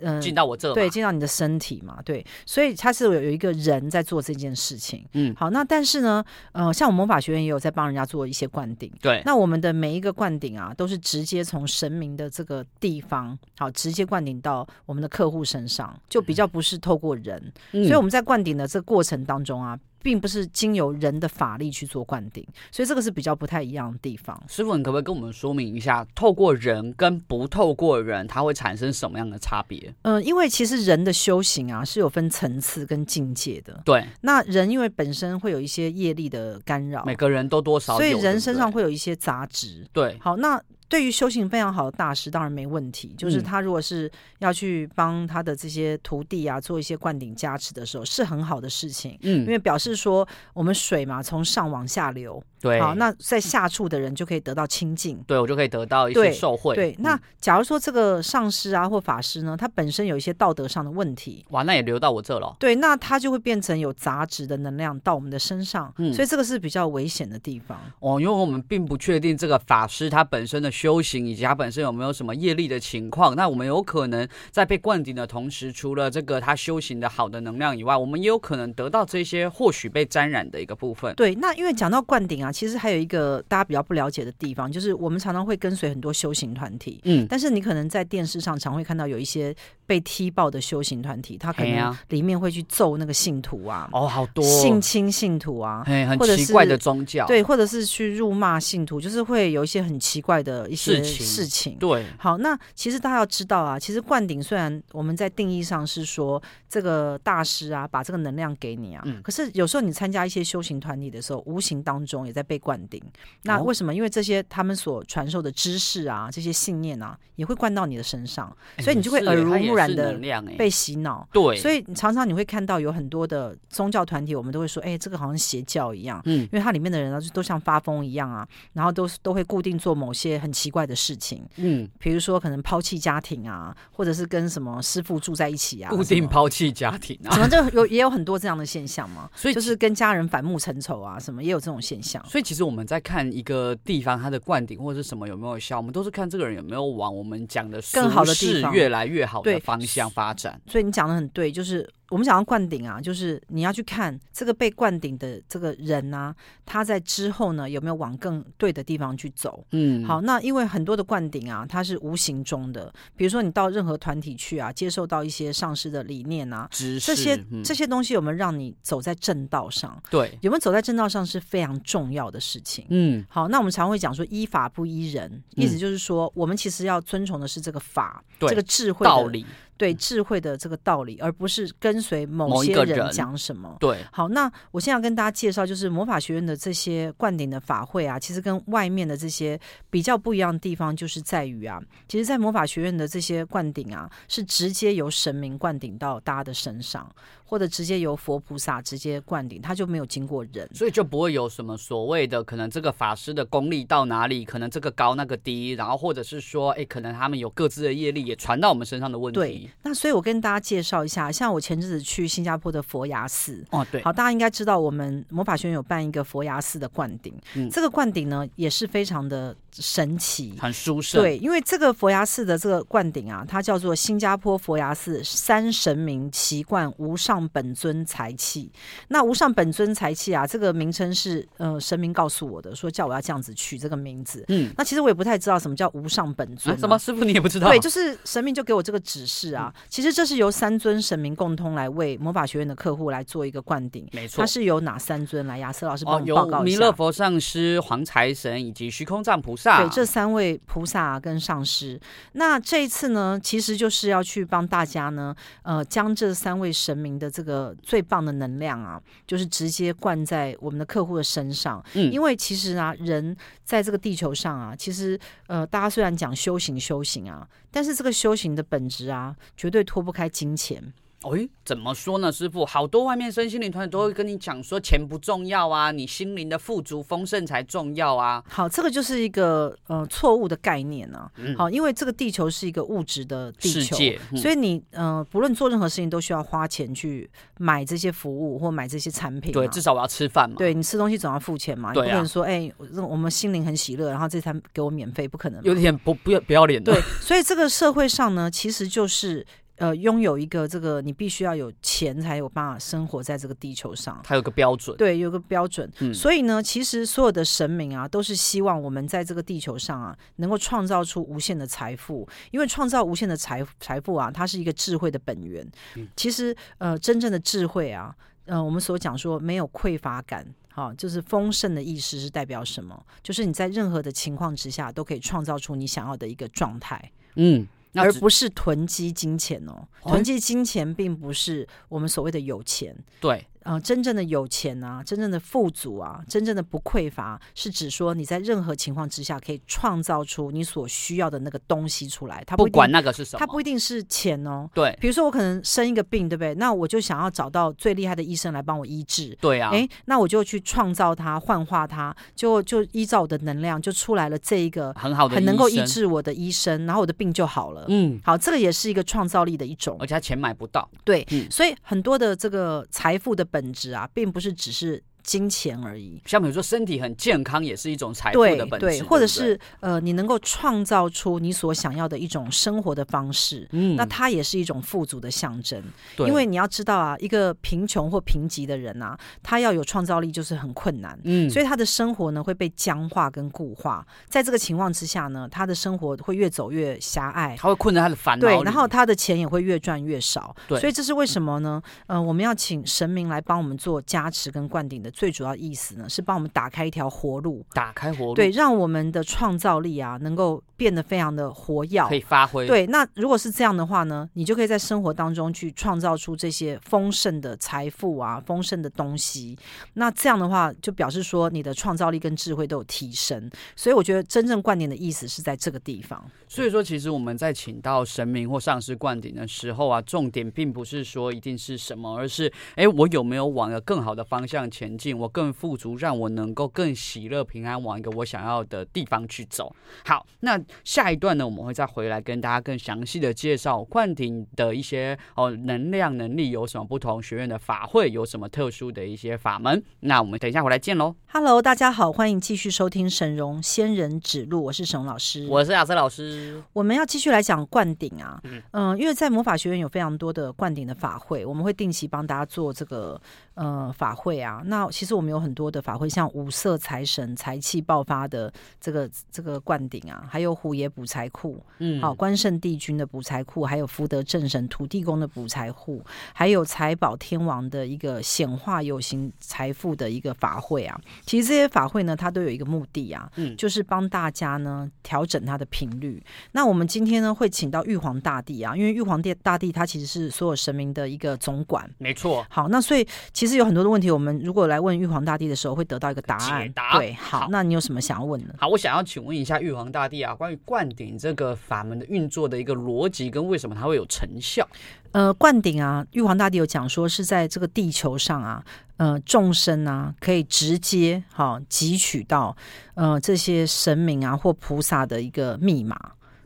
Speaker 1: 嗯、
Speaker 2: 进到我这嘛
Speaker 1: 对，，进到你的身体嘛，对，所以它是有有一个人在做这件事情。
Speaker 2: 嗯
Speaker 1: 嗯，好，那但是呢，呃，像我魔法学院也有在帮人家做一些灌顶。
Speaker 2: 对，
Speaker 1: 那我们的每一个灌顶啊，都是直接从神明的这个地方，好，直接灌顶到我们的客户身上，就比较不是透过人。
Speaker 2: 嗯
Speaker 1: 所以我们在灌顶的这个过程当中啊，并不是经由人的法力去做灌顶，所以这个是比较不太一样的地方。
Speaker 2: 师傅，你可不可以跟我们说明一下，透过人跟不透过人，它会产生什么样的差别？
Speaker 1: 嗯、因为其实人的修行啊是有分层次跟境界的。
Speaker 2: 对，
Speaker 1: 那人因为本身会有一些业力的干扰，
Speaker 2: 每个人都多少有，
Speaker 1: 所以
Speaker 2: 对不对
Speaker 1: 人身上会有一些杂质。
Speaker 2: 对，
Speaker 1: 好，那对于修行非常好的大师，当然没问题。就是
Speaker 2: 嗯
Speaker 1: 他如果是要去帮他的这些徒弟啊做一些灌顶加持的时候，是很好的事情，因
Speaker 2: 嗯，
Speaker 1: 为表示说我们水嘛从上往下流，
Speaker 2: 对，
Speaker 1: 好，那在下处的人就可以得到清净。
Speaker 2: 对我就可以得到一些
Speaker 1: 对
Speaker 2: 受惠。
Speaker 1: 对
Speaker 2: 嗯，
Speaker 1: 那假如说这个上师啊或法师呢，他本身有一些道德上的问题，
Speaker 2: 哇，那也留到我这了。
Speaker 1: 对，那他就会变成有杂质的能量到我们的身上，
Speaker 2: 嗯
Speaker 1: 所以这个是比较危险的地方。
Speaker 2: 哦，因为我们并不确定这个法师他本身的修行以及他本身有没有什么业力的情况，那我们有可能在被灌顶的同时，除了这个他修行的好的能量以外，我们也有可能得到这些或许被沾染的一个部分。
Speaker 1: 对，那因为讲到灌顶啊，其实还有一个大家比较不了解的地方，就是我们常常会跟随很多修行团体。
Speaker 2: 嗯，
Speaker 1: 但是你可能在电视上常会看到有一些被踢爆的修行团体，他可
Speaker 2: 嘿
Speaker 1: 能
Speaker 2: 啊
Speaker 1: 里面会去揍那个信徒啊，
Speaker 2: 哦，好多
Speaker 1: 性侵信徒啊，
Speaker 2: 嘿，很
Speaker 1: 或者
Speaker 2: 奇
Speaker 1: 是
Speaker 2: 怪的宗教。
Speaker 1: 对，或者是去辱骂信徒，就是会有一些很奇怪的一些
Speaker 2: 事情
Speaker 1: 事情。
Speaker 2: 对，
Speaker 1: 好，那其实大家要知道啊，其实灌顶虽然我们在定义上是说这个大师啊把这个能量给你啊，
Speaker 2: 嗯
Speaker 1: 可是有时候你参加一些修行团体的时候，无形当中也在在被灌顶。那
Speaker 2: 哦
Speaker 1: 为什么？因为这些他们所传授的知识啊，这些信念啊，也会灌到你的身上，所以你就会
Speaker 2: 是
Speaker 1: 耳
Speaker 2: 它
Speaker 1: 濡
Speaker 2: 哎也
Speaker 1: 目染
Speaker 2: 是
Speaker 1: 的
Speaker 2: 能量哎
Speaker 1: 被洗脑。
Speaker 2: 对，
Speaker 1: 所
Speaker 2: 以
Speaker 1: 以常常你会看到有很多的宗教团体，我们都会说，哎、这个好像邪教一样，
Speaker 2: 嗯
Speaker 1: 因为它里面的人呢，就都像发疯一样啊，然后都是都会固定做某些很奇怪的事情，
Speaker 2: 嗯，
Speaker 1: 比如说可能抛弃家庭啊，或者是跟什么师傅住在一起啊，
Speaker 2: 固
Speaker 1: 什
Speaker 2: 定
Speaker 1: 么。
Speaker 2: 抛弃家庭啊
Speaker 1: 怎，么这有也有很多这样的现象嘛？
Speaker 2: 所以
Speaker 1: 就是跟家人反目成仇啊，什么也有这种现象。
Speaker 2: 所以其实我们在看一个地方它的灌顶或者是什么有没有效，我们都是看这个人有没有往我们讲的
Speaker 1: 更好的
Speaker 2: 俗
Speaker 1: 地
Speaker 2: 世
Speaker 1: 方
Speaker 2: 越来越好的
Speaker 1: 对
Speaker 2: 方向发展。
Speaker 1: 所以你讲的很对，就是我们讲到灌顶啊，就是你要去看这个被灌顶的这个人啊，他在之后呢有没有往更对的地方去走。
Speaker 2: 嗯，
Speaker 1: 好，那因为很多的灌顶啊，它是无形中的，比如说你到任何团体去啊，接受到一些上师的理念啊，
Speaker 2: 知识
Speaker 1: 这些、
Speaker 2: 嗯
Speaker 1: 这些东西有没有让你走在正道上？
Speaker 2: 对，
Speaker 1: 有没有走在正道上是非常重要的事情。
Speaker 2: 嗯
Speaker 1: 好，那我们常会讲说依法不依人，意思就是说，我们其实要遵从的是这个法，
Speaker 2: 对
Speaker 1: 这个智慧的
Speaker 2: 道，理
Speaker 1: 对智慧的这个道理，而不是跟随
Speaker 2: 某
Speaker 1: 某
Speaker 2: 一
Speaker 1: 些
Speaker 2: 个
Speaker 1: 人
Speaker 2: 人
Speaker 1: 讲什么。
Speaker 2: 对，
Speaker 1: 好，那我现在要跟大家介绍，就是魔法学院的这些灌顶的法会啊，其实跟外面的这些比较不一样的地方，就是在于啊，其实，在魔法学院的这些灌顶啊，是直接由神明灌顶到大家的身上，或者直接由佛菩萨直接灌顶，他就没有经过人。
Speaker 2: 所以就不会有什么所谓的可能这个法师的功力到哪里，可能这个高那个低，然后或者是说，哎，可能他们有各自的业力也传到我们身上的问
Speaker 1: 对
Speaker 2: 题。，
Speaker 1: 那所以我跟大家介绍一下，像我前阵子去新加坡的佛牙寺。
Speaker 2: 哦，对，
Speaker 1: 好，大家应该知道，我们魔法学院有办一个佛牙寺的灌顶，
Speaker 2: 嗯
Speaker 1: 这个灌顶呢也是非常的神奇。
Speaker 2: 很殊胜。
Speaker 1: 对，因为这个佛牙寺的这个灌顶啊，它叫做新加坡佛牙寺三神明奇观无上本尊财气。那无上本尊财气啊，这个名称是呃神明告诉我的，说叫我要这样子取这个名字。
Speaker 2: 嗯，
Speaker 1: 那其实我也不太知道什么叫无上本尊、
Speaker 2: 啊什么？嗯师傅你也不知道？
Speaker 1: 对，就是神明就给我这个指示啊。其实这是由三尊神明共通来为魔法学院的客户来做一个灌顶。
Speaker 2: 没错
Speaker 1: 它。是由哪三尊来？亚瑟老师帮
Speaker 2: 哦，
Speaker 1: 我们报
Speaker 2: 有
Speaker 1: 告一
Speaker 2: 弥
Speaker 1: 下。
Speaker 2: 勒佛上师、黄财神以及虚空藏菩萨。
Speaker 1: 对，这三位菩萨、跟上师。那这一次呢，其实就是要去帮大家呢，呃，将这三位神明的这个最棒的能量啊，就是直接灌在我们的客户的身上。
Speaker 2: 嗯
Speaker 1: 因为其实啊，人在这个地球上啊，其实呃，大家虽然讲修行修行啊，但是这个修行的本质啊，绝对脱不开金钱。
Speaker 2: 哎，怎么说呢，师傅？好多外面身心灵团体都会跟你讲说，钱不重要啊，你心灵的富足丰盛才重要啊。
Speaker 1: 好，这个就是一个呃错误的概念呢、
Speaker 2: 嗯
Speaker 1: 好，因为这个地球是一个物质的地
Speaker 2: 世
Speaker 1: 球，
Speaker 2: 界，嗯
Speaker 1: 所以你呃，不论做任何事情，都需要花钱去买这些服务或买这些产品、啊。
Speaker 2: 对，至少我要吃饭嘛。
Speaker 1: 对你吃东西总要付钱嘛，你不
Speaker 2: 对啊
Speaker 1: 可能说哎、我我们心灵很喜乐，然后这餐给我免费，不可能嘛。
Speaker 2: 有点不不要不要脸的。啊
Speaker 1: 对，所以这个社会上呢，其实就是呃，拥有一个这个你必须要有钱才有办法生活在这个地球上。
Speaker 2: 它有个标准。
Speaker 1: 对，有个标准。
Speaker 2: 嗯
Speaker 1: 所以呢，其实所有的神明啊，都是希望我们在这个地球上啊，能够创造出无限的财富，因为创造无限的财财富啊，它是一个智慧的本源。
Speaker 2: 嗯
Speaker 1: 其实呃，真正的智慧啊，呃，我们所讲说没有匮乏感。好，就是丰盛的意识是代表什么？就是你在任何的情况之下都可以创造出你想要的一个状态，
Speaker 2: 嗯，那
Speaker 1: 而
Speaker 2: 只
Speaker 1: 不是囤积金钱哦。
Speaker 2: 哎
Speaker 1: 囤积金钱并不是我们所谓的有钱，
Speaker 2: 对
Speaker 1: 呃，真正的有钱啊，真正的富足啊，真正的不匮乏，是指说你在任何情况之下可以创造出你所需要的那个东西出来。它
Speaker 2: 不
Speaker 1: 一定
Speaker 2: 管那个是什么，
Speaker 1: 它不一定是钱哦。
Speaker 2: 对
Speaker 1: 比如说我可能生一个病，对不对？那我就想要找到最厉害的医生来帮我医治。
Speaker 2: 对啊，
Speaker 1: 诶，那我就去创造它，幻化它，就就依照我的能量，就出来了这一个
Speaker 2: 很好的
Speaker 1: 很能够
Speaker 2: 医
Speaker 1: 医
Speaker 2: 生。
Speaker 1: 治我的医生，然后我的病就好了。
Speaker 2: 嗯，哦
Speaker 1: 好，这个也是一个创造力的一种
Speaker 2: 而。且他钱买不到。
Speaker 1: 对，
Speaker 2: 嗯
Speaker 1: 所以很多的这个财富的本质啊，并不是只是金钱而已。
Speaker 2: 像比如说身体很健康，也是一种财富
Speaker 1: 对
Speaker 2: 的本质，
Speaker 1: 对，
Speaker 2: 不
Speaker 1: 或者是呃，你能够创造出你所想要的一种生活的方式，
Speaker 2: 嗯，
Speaker 1: 那它也是一种富足的象征。
Speaker 2: 对
Speaker 1: 因为你要知道啊，一个贫穷或贫瘠的人啊，他要有创造力就是很困难。
Speaker 2: 嗯，
Speaker 1: 所以他的生活呢会被僵化跟固化，在这个情况之下呢，他的生活会越走越狭隘，
Speaker 2: 他会困在他的烦恼里。
Speaker 1: 对，然后他的钱也会越赚越少。
Speaker 2: 对
Speaker 1: 所以这是为什么呢？呃，我们要请神明来帮我们做加持跟灌顶的最主要意思呢，是帮我们打开一条活路，
Speaker 2: 打开活路，
Speaker 1: 对，，让我们的创造力啊能够变得非常的活跃
Speaker 2: 可。以发挥，，
Speaker 1: 对，那如果是这样的话呢，你就可以在生活当中去创造出这些丰盛的财富啊，丰盛的东西。那这样的话，就表示说你的创造力跟智慧都有提升。所以我觉得真正观点的意思是在这个地方。
Speaker 2: 所以说其实我们在请到神明或上师灌顶的时候啊，重点并不是说一定是什么，而是哎，诶我有没有往一个更好的方向前进，我更富足，让我能够更喜乐平安，往一个我想要的地方去走。好，那下一段呢，我们会再回来跟大家更详细的介绍灌顶的一些哦能量能力有什么不同，学院的法会有什么特殊的一些法门。那我们等一下回来见喽。
Speaker 1: Hello，大家好，欢迎继续收听沈荣仙人指路，我是沈荣老师。
Speaker 2: 我是亚瑟老师，
Speaker 1: 我们要继续来讲灌顶啊，
Speaker 2: 嗯
Speaker 1: 嗯、因为在魔法学院有非常多的灌顶的法会，我们会定期帮大家做这个呃法会啊。那其实我们有很多的法会，像五色财神财气爆发的这个这个灌顶啊，还有虎爷补财库，
Speaker 2: 嗯
Speaker 1: 好、关圣帝君的补财库，还有福德正神土地公的补财库，还有财宝天王的一个显化有形财富的一个法会啊。其实这些法会呢，它都有一个目的啊，
Speaker 2: 嗯
Speaker 1: 就是帮大家呢调整它的频率。那我们今天呢会请到玉皇大帝啊，因为玉皇帝大帝他其实是所有神明的一个总管。
Speaker 2: 没错，
Speaker 1: 好，那所以其实有很多的问题，我们如果来问玉皇大帝的时候，会得到一个答
Speaker 2: 解
Speaker 1: 案。
Speaker 2: 答
Speaker 1: 对，好
Speaker 2: 好，
Speaker 1: 那你有什么想要问的？
Speaker 2: 好，我想要请问一下玉皇大帝啊，关于灌顶这个法门的运作的一个逻辑，跟为什么它会有成效？
Speaker 1: 呃，灌顶啊，玉皇大帝有讲说是在这个地球上啊，呃，众生啊可以直接哈、汲取到呃这些神明啊或菩萨的一个密码。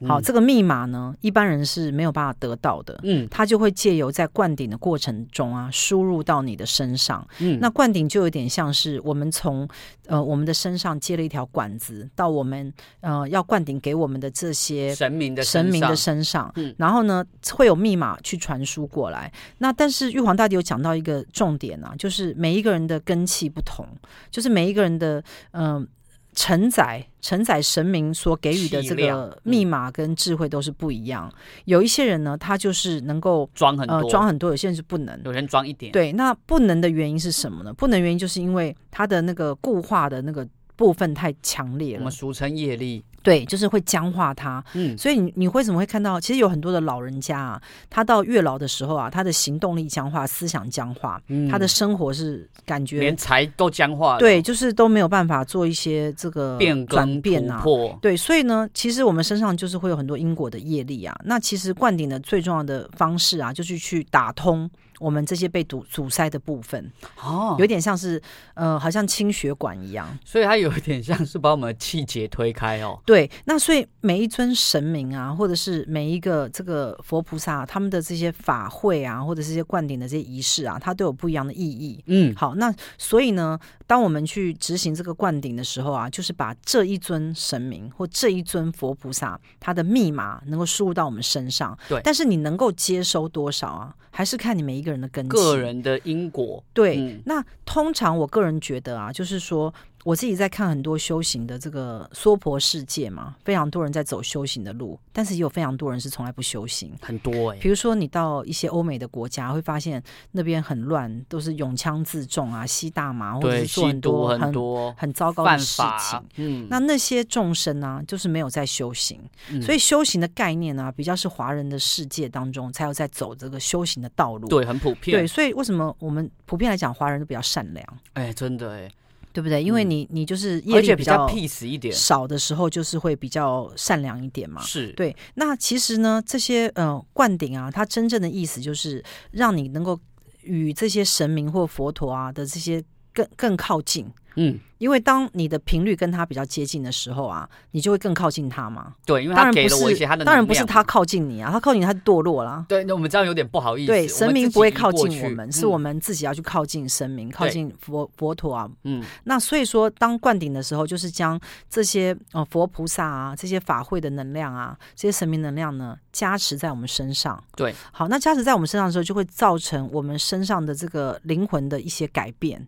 Speaker 1: 好，
Speaker 2: 嗯，
Speaker 1: 这个密码呢，一般人是没有办法得到的。
Speaker 2: 嗯
Speaker 1: 它就会借由在灌顶的过程中啊，输入到你的身上。
Speaker 2: 嗯
Speaker 1: 那灌顶就有点像是我们从呃我们的身上接了一条管子，到我们呃要灌顶给我们的这些
Speaker 2: 神明的
Speaker 1: 神明的
Speaker 2: 身
Speaker 1: 身
Speaker 2: 上
Speaker 1: 上，
Speaker 2: 嗯
Speaker 1: 然后呢会有密码去传输过来。那但是玉皇大帝有讲到一个重点啊，就是每一个人的根气不同，就是每一个人的嗯、呃承载承载神明所给予的
Speaker 2: 气
Speaker 1: 这
Speaker 2: 量嗯
Speaker 1: 个密码跟智慧都是不一样。有一些人呢，他就是能够
Speaker 2: 装很多，
Speaker 1: 呃装很多，有些人是不能。
Speaker 2: 有人装一点，，
Speaker 1: 对，那不能的原因是什么呢？不能原因就是因为他的那个固化的那个部分太强烈
Speaker 2: 我
Speaker 1: 了
Speaker 2: 们，俗称业力，
Speaker 1: 对，就是会僵化它。
Speaker 2: 嗯，
Speaker 1: 所以你你为什么会看到，其实有很多的老人家啊，他到越老的时候啊，他的行动力僵化，思想僵化，
Speaker 2: 嗯
Speaker 1: 他的生活是感觉、
Speaker 2: 连财都僵化了，
Speaker 1: 对，，就是都没有办法做一些这个
Speaker 2: 变
Speaker 1: 转
Speaker 2: 更
Speaker 1: 变
Speaker 2: 突
Speaker 1: 啊。
Speaker 2: 破，
Speaker 1: 对，所以呢，其实我们身上就是会有很多因果的业力啊。那其实灌顶的最重要的方式啊，就是去打通我们这些被堵阻塞的部分，
Speaker 2: 哦
Speaker 1: 有，点像是呃，好像清血管一样。
Speaker 2: 所以它有一点像是把我们的气节推开哦，
Speaker 1: 对，那所以每一尊神明啊，或者是每一个这个佛菩萨、啊他们的这些法会啊，或者是这些灌顶的这些仪式啊，它都有不一样的意义。
Speaker 2: 嗯，
Speaker 1: 好，那所以呢，当我们去执行这个灌顶的时候啊，就是把这一尊神明或这一尊佛菩萨他的密码能够输入到我们身上。
Speaker 2: 对
Speaker 1: 但是你能够接收多少啊，还是看你每一个人的根基。
Speaker 2: 个人的因果，
Speaker 1: 对，
Speaker 2: 嗯
Speaker 1: 那通常我个人觉得啊，就是说我自己在看很多修行的这个娑婆世界嘛，非常多人在走修行的路，但是也有非常多人是从来不修行。
Speaker 2: 很多哎、
Speaker 1: 比如说，你到一些欧美的国家，会发现那边很乱，都是拥枪自重啊，吸大麻，或者
Speaker 2: 对，
Speaker 1: 是做
Speaker 2: 吸
Speaker 1: 很
Speaker 2: 毒
Speaker 1: 多
Speaker 2: 很
Speaker 1: 很
Speaker 2: 多
Speaker 1: 很糟糕
Speaker 2: 犯
Speaker 1: 的事
Speaker 2: 法
Speaker 1: 情。，
Speaker 2: 嗯
Speaker 1: 那那些众生呢、就是没有在修行，
Speaker 2: 嗯
Speaker 1: 所以修行的概念呢、啊比较是华人的世界当中才有在走这个修行的道路。
Speaker 2: 对很普遍，
Speaker 1: 对，，所以为什么我们普遍来讲，华人都比较善良？
Speaker 2: 哎、真的哎、
Speaker 1: 对不对？因为
Speaker 2: 嗯
Speaker 1: 你你就是业
Speaker 2: 而
Speaker 1: 力
Speaker 2: 且
Speaker 1: 比
Speaker 2: 比较
Speaker 1: 较
Speaker 2: peace 一点，
Speaker 1: 少的时候，就是会比较善良一点嘛。
Speaker 2: 是，
Speaker 1: 对，那其实呢，这些呃灌顶啊，它真正的意思就是让你能够与这些神明或佛陀啊的这些更更靠近，
Speaker 2: 嗯，
Speaker 1: 因为当你的频率跟他比较接近的时候啊，你就会更靠近他嘛。
Speaker 2: 对，因为
Speaker 1: 当
Speaker 2: 他
Speaker 1: 然
Speaker 2: 给
Speaker 1: 不
Speaker 2: 了我一
Speaker 1: 是
Speaker 2: 些他的，
Speaker 1: 当然不是他。靠近你啊，他靠近你他就堕落啦。
Speaker 2: 对，那我们这样有点不好意思。
Speaker 1: 对，
Speaker 2: 我
Speaker 1: 神
Speaker 2: 们
Speaker 1: 明
Speaker 2: 自
Speaker 1: 不会
Speaker 2: 己移
Speaker 1: 靠
Speaker 2: 过
Speaker 1: 近我
Speaker 2: 去嗯
Speaker 1: 们，是我，们自己要去靠近神明、靠
Speaker 2: 对
Speaker 1: 近佛佛陀啊，
Speaker 2: 嗯
Speaker 1: 那所以说，当灌顶的时候，就是将这些呃佛菩萨啊、这些法会的能量啊、这些神明能量呢，加持在我们身上。
Speaker 2: 对，
Speaker 1: 好，那加持在我们身上的时候，就会造成我们身上的这个灵魂的一些改变。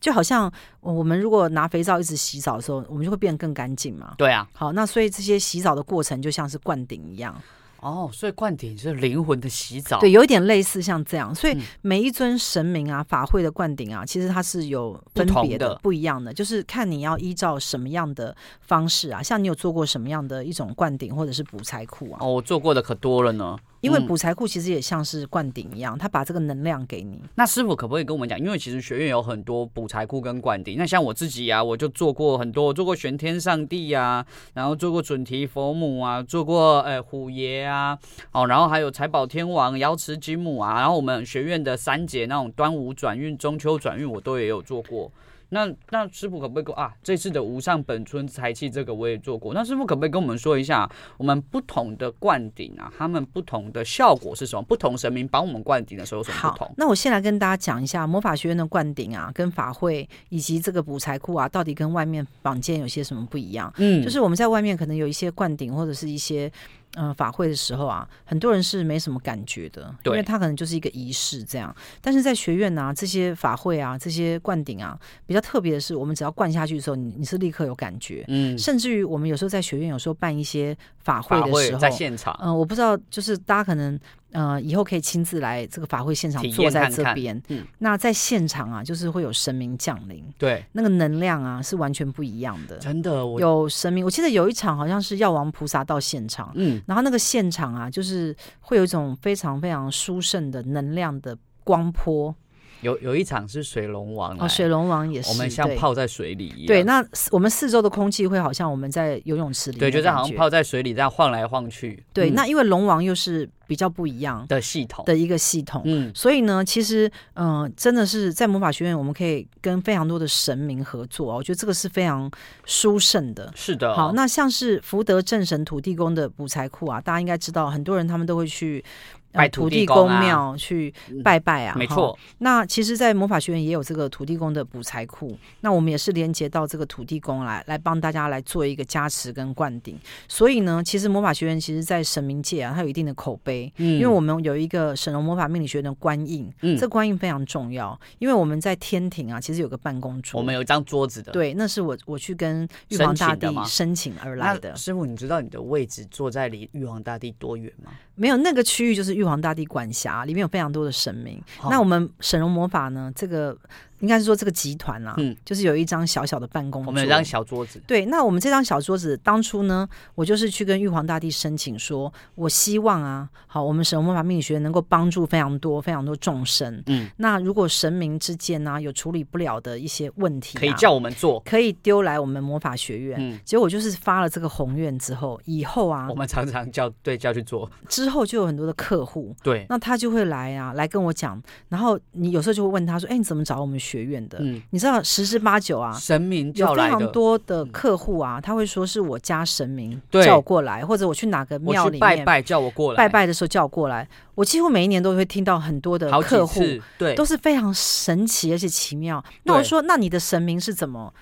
Speaker 1: 就好像呃我们如果拿肥皂一直洗澡的时候，我们就会变得更干净嘛
Speaker 2: 嗯，。对啊，
Speaker 1: 好，那所以这些洗澡的过程就像是灌顶一样，
Speaker 2: 哦，所以灌顶是灵魂的洗澡，
Speaker 1: 对，，有一点类似像这样，所以
Speaker 2: 嗯
Speaker 1: 每一尊神明啊、法会的灌顶啊，其实它是有分
Speaker 2: 不同
Speaker 1: 别
Speaker 2: 的
Speaker 1: 不一样的，就是看你要依照什么样的方式啊。像你有做过什么样的一种灌顶或者是补财库啊？
Speaker 2: 哦，我做过的可多了呢。
Speaker 1: 因为
Speaker 2: 嗯
Speaker 1: 补财库其实也像是灌顶一样，它把这个能量给你。
Speaker 2: 那师傅可不可以跟我们讲？因为其实学院有很多补财库跟灌顶。那像我自己啊，我就做过很多，我做过玄天上帝啊，然后做过准提佛母啊，做过呃虎爷啊，哦，然后还有财宝天王、瑶池金母啊，然后我们学院的三节那种端午转运、中秋转运，我都也有做过。那那师傅可不可以跟啊？这次的无上本尊财气这个我也做过。那师傅可不可以跟我们说一下，我们不同的灌顶啊，他们不同的效果是什么？不同神明帮我们灌顶的时候有什么不同
Speaker 1: 好？，那我先来跟大家讲一下魔法学院的灌顶啊，跟法会以及这个补财库啊，到底跟外面坊间有些什么不一样？
Speaker 2: 嗯
Speaker 1: 就是我们在外面可能有一些灌顶或者是一些呃法会的时候啊，很多人是没什么感觉的，因
Speaker 2: 对
Speaker 1: 为它可能就是一个仪式这样。但是在学院呢、这些法会啊，这些灌顶啊，比较特别的是，我们只要灌下去的时候，你你是立刻有感觉。
Speaker 2: 嗯，
Speaker 1: 甚至于我们有时候在学院，有时候办一些法会的
Speaker 2: 法
Speaker 1: 时
Speaker 2: 会
Speaker 1: 候，
Speaker 2: 在现场，
Speaker 1: 嗯、我不知道，就是大家可能呃以后可以亲自来这个法会现场
Speaker 2: 体验
Speaker 1: 坐在
Speaker 2: 看
Speaker 1: 这
Speaker 2: 看
Speaker 1: 边。
Speaker 2: 嗯
Speaker 1: 那在现场啊，就是会有神明降临，
Speaker 2: 对，
Speaker 1: 那个能量啊是完全不一样的。
Speaker 2: 真的我
Speaker 1: 有神明，我记得有一场好像是药王菩萨到现场，
Speaker 2: 嗯
Speaker 1: 然后那个现场啊，就是会有一种非常非常殊胜的能量的光波
Speaker 2: 有有一场是水龙王来
Speaker 1: 哦，水龙王也是，
Speaker 2: 嗯我们像
Speaker 1: 对
Speaker 2: 泡在水里一样，
Speaker 1: 对，那四我们四周的空气会好像我们在游泳池里
Speaker 2: 对，
Speaker 1: 面的感觉，
Speaker 2: 就是好像泡在水里这样晃来晃去，
Speaker 1: 对，
Speaker 2: 嗯
Speaker 1: 那因为龙王又是比较不一样
Speaker 2: 的系统，
Speaker 1: 的一个系统，
Speaker 2: 嗯
Speaker 1: 所以呢，其实，嗯、真的是在魔法学院，我们可以跟非常多的神明合作啊，我觉得这个是非常殊胜的。
Speaker 2: 是的，
Speaker 1: 好，那像是福德正神土地公的补财库啊，大家应该知道，很多人他们都会去。呃
Speaker 2: 拜土
Speaker 1: 土
Speaker 2: 地
Speaker 1: 地
Speaker 2: 公啊
Speaker 1: 庙去拜拜啊，
Speaker 2: 没
Speaker 1: 哈。
Speaker 2: 错，
Speaker 1: 那其实，在魔法学院也有这个土地公的补财库，那我们也是连接到这个土地公来，来帮大家来做一个加持跟灌顶。所以呢，其实魔法学院其实，在神明界啊，它有一定的口碑，
Speaker 2: 嗯
Speaker 1: 因为我们有一个神龙魔法命理学院的官印，
Speaker 2: 嗯
Speaker 1: 这官印非常重要，因为我们在天庭啊，其实有个办公桌，
Speaker 2: 我们有一张桌子的，
Speaker 1: 对，那是我我去跟玉皇大帝
Speaker 2: 申请的吗
Speaker 1: 申请而
Speaker 2: 那
Speaker 1: 来的，
Speaker 2: 师傅，你知道你的位置坐在离玉皇大帝多远吗？
Speaker 1: 没有那个区域就是玉皇大帝管辖，里面有非常多的神明。
Speaker 2: 好
Speaker 1: 那我们神龙魔法呢，这个应该是说这个集团啦、
Speaker 2: 嗯
Speaker 1: 就是有一张小小的办公桌，
Speaker 2: 我们有一张小桌子，
Speaker 1: 对，那我们这张小桌子，当初呢，我就是去跟玉皇大帝申请说，我希望啊，好，我们神龙魔法命理学能够帮助非常多、非常多众生。
Speaker 2: 嗯，
Speaker 1: 那如果神明之间呢、有处理不了的一些问题啊、
Speaker 2: 可以叫我们坐，
Speaker 1: 可以丢来我们魔法学院。
Speaker 2: 嗯，哦
Speaker 1: 结果就是发了这个宏愿之后，以后啊
Speaker 2: 我，们常常叫对叫去坐，
Speaker 1: 之后就有很多的客户，
Speaker 2: 对，
Speaker 1: 那他就会来啊，来跟我讲。然后你有时候就会问他说：“哎，你怎么找我们学院的？”
Speaker 2: 嗯，
Speaker 1: 你知道十之八九啊，
Speaker 2: 神明
Speaker 1: 有
Speaker 2: 叫
Speaker 1: 非
Speaker 2: 来
Speaker 1: 常
Speaker 2: 的，
Speaker 1: 多的客户啊，他会说是我家神明
Speaker 2: 嗯对
Speaker 1: 叫过来，或者我去哪个庙
Speaker 2: 我
Speaker 1: 里
Speaker 2: 去
Speaker 1: 面
Speaker 2: 拜拜，叫我过来，
Speaker 1: 拜拜的时候叫过来。我几乎每一年都会听到很多的
Speaker 2: 好
Speaker 1: 客
Speaker 2: 几
Speaker 1: 户
Speaker 2: 次，对，
Speaker 1: 都是非常神奇而且奇妙。那我
Speaker 2: 对
Speaker 1: 说，那你的神明是怎么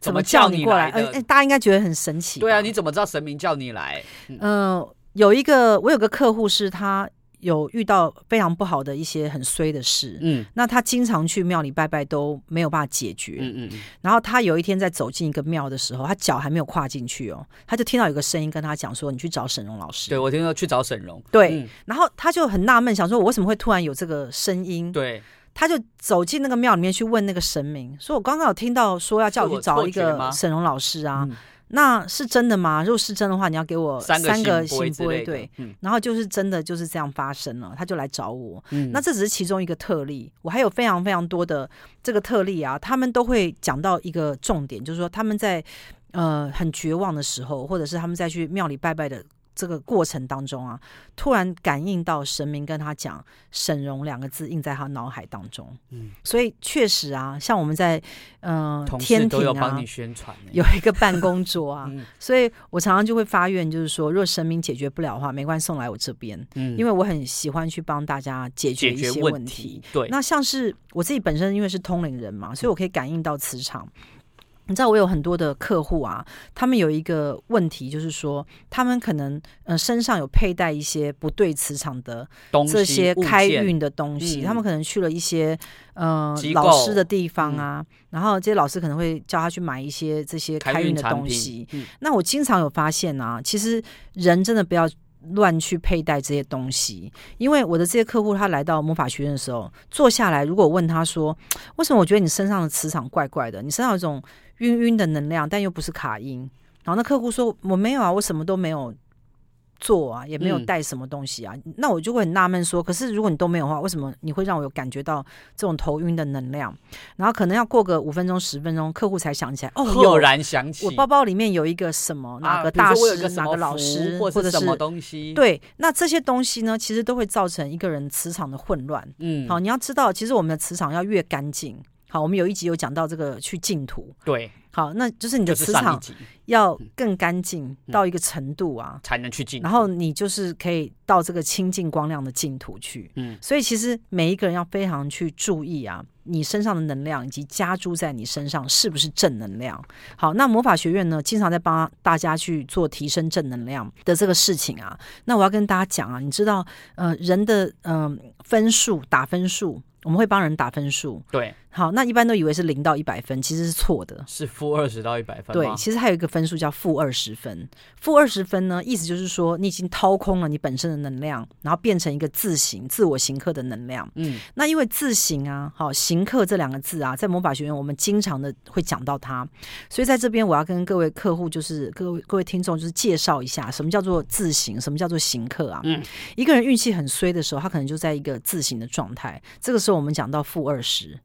Speaker 2: 怎么
Speaker 1: 么
Speaker 2: 叫
Speaker 1: 叫
Speaker 2: 你
Speaker 1: 过来？
Speaker 2: 来的
Speaker 1: 呃哎大家应该觉得很神奇吧。
Speaker 2: 对啊，你怎么知道神明叫你来？
Speaker 1: 呃，有一个我有个客户是他有遇到非常不好的一些很衰的事，
Speaker 2: 嗯
Speaker 1: 那他经常去庙里拜拜都没有办法解决。
Speaker 2: 嗯嗯，
Speaker 1: 然后他有一天在走进一个庙的时候，他脚还没有跨进去哦，他就听到有个声音跟他讲说：“你去找沈荣老师。
Speaker 2: 对我听说去找沈荣，
Speaker 1: 对”
Speaker 2: 嗯
Speaker 1: 然后他就很纳闷，想说：“我为什么会突然有这个声音？”
Speaker 2: 对，
Speaker 1: 他就走进那个庙里面去问那个神明，说：“我刚刚有听到说要叫
Speaker 2: 是
Speaker 1: 我
Speaker 2: 我
Speaker 1: 去找一
Speaker 2: 错觉吗
Speaker 1: 个沈荣老师啊，
Speaker 2: 嗯
Speaker 1: 那是真的吗？如果是真的话，你要给我
Speaker 2: 三
Speaker 1: 个
Speaker 2: 个
Speaker 1: 行
Speaker 2: 星之类的
Speaker 1: 对。，
Speaker 2: 嗯”
Speaker 1: 然后就是真的就是这样发生了，他就来找我。
Speaker 2: 嗯
Speaker 1: 那这只是其中一个特例，我还有非常非常多的这个特例啊，他们都会讲到一个重点，就是说他们在呃很绝望的时候，或者是他们在去庙里拜拜的这个过程当中啊，突然感应到神明跟他讲“沈荣”两个字印在他脑海当中。
Speaker 2: 嗯
Speaker 1: 嗯，所以确实啊，像我们在呃
Speaker 2: 同事
Speaker 1: 天
Speaker 2: 都有
Speaker 1: 庭
Speaker 2: 帮
Speaker 1: 啊
Speaker 2: 你。宣传呢，
Speaker 1: 有一个办公桌啊，
Speaker 2: *laughs* 嗯
Speaker 1: 所以我常常就会发愿，就是说，若神明解决不了的话，没关系，送来我这边。
Speaker 2: 嗯
Speaker 1: 因为我很喜欢去帮大家解决
Speaker 2: 解
Speaker 1: 一
Speaker 2: 决
Speaker 1: 些
Speaker 2: 问
Speaker 1: 题。，
Speaker 2: 对，嗯
Speaker 1: 那像是我自己本身因为是通灵人嘛，所以我可以感应到磁场。你知道我有很多的客户啊，他们有一个问题，就是说他们可能呃身上有佩戴一些不对磁场的
Speaker 2: 东
Speaker 1: 这
Speaker 2: 西
Speaker 1: 些
Speaker 2: 物
Speaker 1: 开
Speaker 2: 件
Speaker 1: 运的东西，
Speaker 2: 嗯
Speaker 1: 他们可能去了一些呃
Speaker 2: 机构嗯
Speaker 1: 老师的地方啊，然后这些老师可能会叫他去买一些这些开
Speaker 2: 开
Speaker 1: 运
Speaker 2: 运
Speaker 1: 的
Speaker 2: 产
Speaker 1: 东
Speaker 2: 品
Speaker 1: 西，
Speaker 2: 嗯
Speaker 1: 那我经常有发现啊，其实人真的不要乱去佩戴这些东西，因为我的这些客户他来到魔法学院的时候，坐下来，如果我问他说，为什么我觉得你身上的磁场怪怪的，你身上有一种晕晕的能量，但又不是卡音，然后那客户说我没有啊，我什么都没有做啊，也没有
Speaker 2: 嗯
Speaker 1: 带什么东西啊，那我就会很纳闷说，可是如果你都没有的话，为什么你会让我有感觉到这种头晕的能量？然后可能要过个五分钟、十分钟，客户才想起来，哦，有
Speaker 2: 赫然想起
Speaker 1: 我包包里面有一个什么，哪
Speaker 2: 啊
Speaker 1: 个
Speaker 2: 比如
Speaker 1: 大
Speaker 2: 说我有
Speaker 1: 师
Speaker 2: 一个，什
Speaker 1: 哪
Speaker 2: 么
Speaker 1: 个老
Speaker 2: 符
Speaker 1: 师，
Speaker 2: 或
Speaker 1: 或者
Speaker 2: 是什么
Speaker 1: 是
Speaker 2: 东西，，
Speaker 1: 对，那这些东西呢，其实都会造成一个人磁场的混乱。
Speaker 2: 嗯，
Speaker 1: 好，你要知道，其实我们的磁场要越干净。好，我们有一集有讲到这个去净土。
Speaker 2: 对，
Speaker 1: 好，那就是你的
Speaker 2: 就是
Speaker 1: 磁
Speaker 2: 上一
Speaker 1: 场
Speaker 2: 集
Speaker 1: 要更干净
Speaker 2: 嗯
Speaker 1: 到一个程度啊，
Speaker 2: 才能去进，
Speaker 1: 然后你就是可以到这个清净光亮的净土去。
Speaker 2: 嗯，
Speaker 1: 所以其实每一个人要非常去注意啊，你身上的能量以及加诸在你身上是不是正能量。好，那魔法学院呢，经常在帮大家去做提升正能量的这个事情啊。那我要跟大家讲啊，你知道，呃，人的嗯、呃、分数打分数，我们会帮人打分数。
Speaker 2: 对，
Speaker 1: 好，那一般都以为是零到一百分，其实是错的。
Speaker 2: 是负二十到一百分
Speaker 1: 对，
Speaker 2: 吗
Speaker 1: 其实还有一个分数叫负二十分。负二十分呢，意思就是说你已经掏空了你本身的能量，然后变成一个自行、自我行客的能量。
Speaker 2: 嗯，
Speaker 1: 那因为自行啊，好行客这两个字啊，在魔法学院我们经常的会讲到它，所以在这边我要跟各位客户，就是各位各位听众，就是介绍一下什么叫做自行，什么叫做行客啊。
Speaker 2: 嗯，
Speaker 1: 一个人运气很衰的时候，他可能就在一个自行的状态，这个时候我们讲到负二十。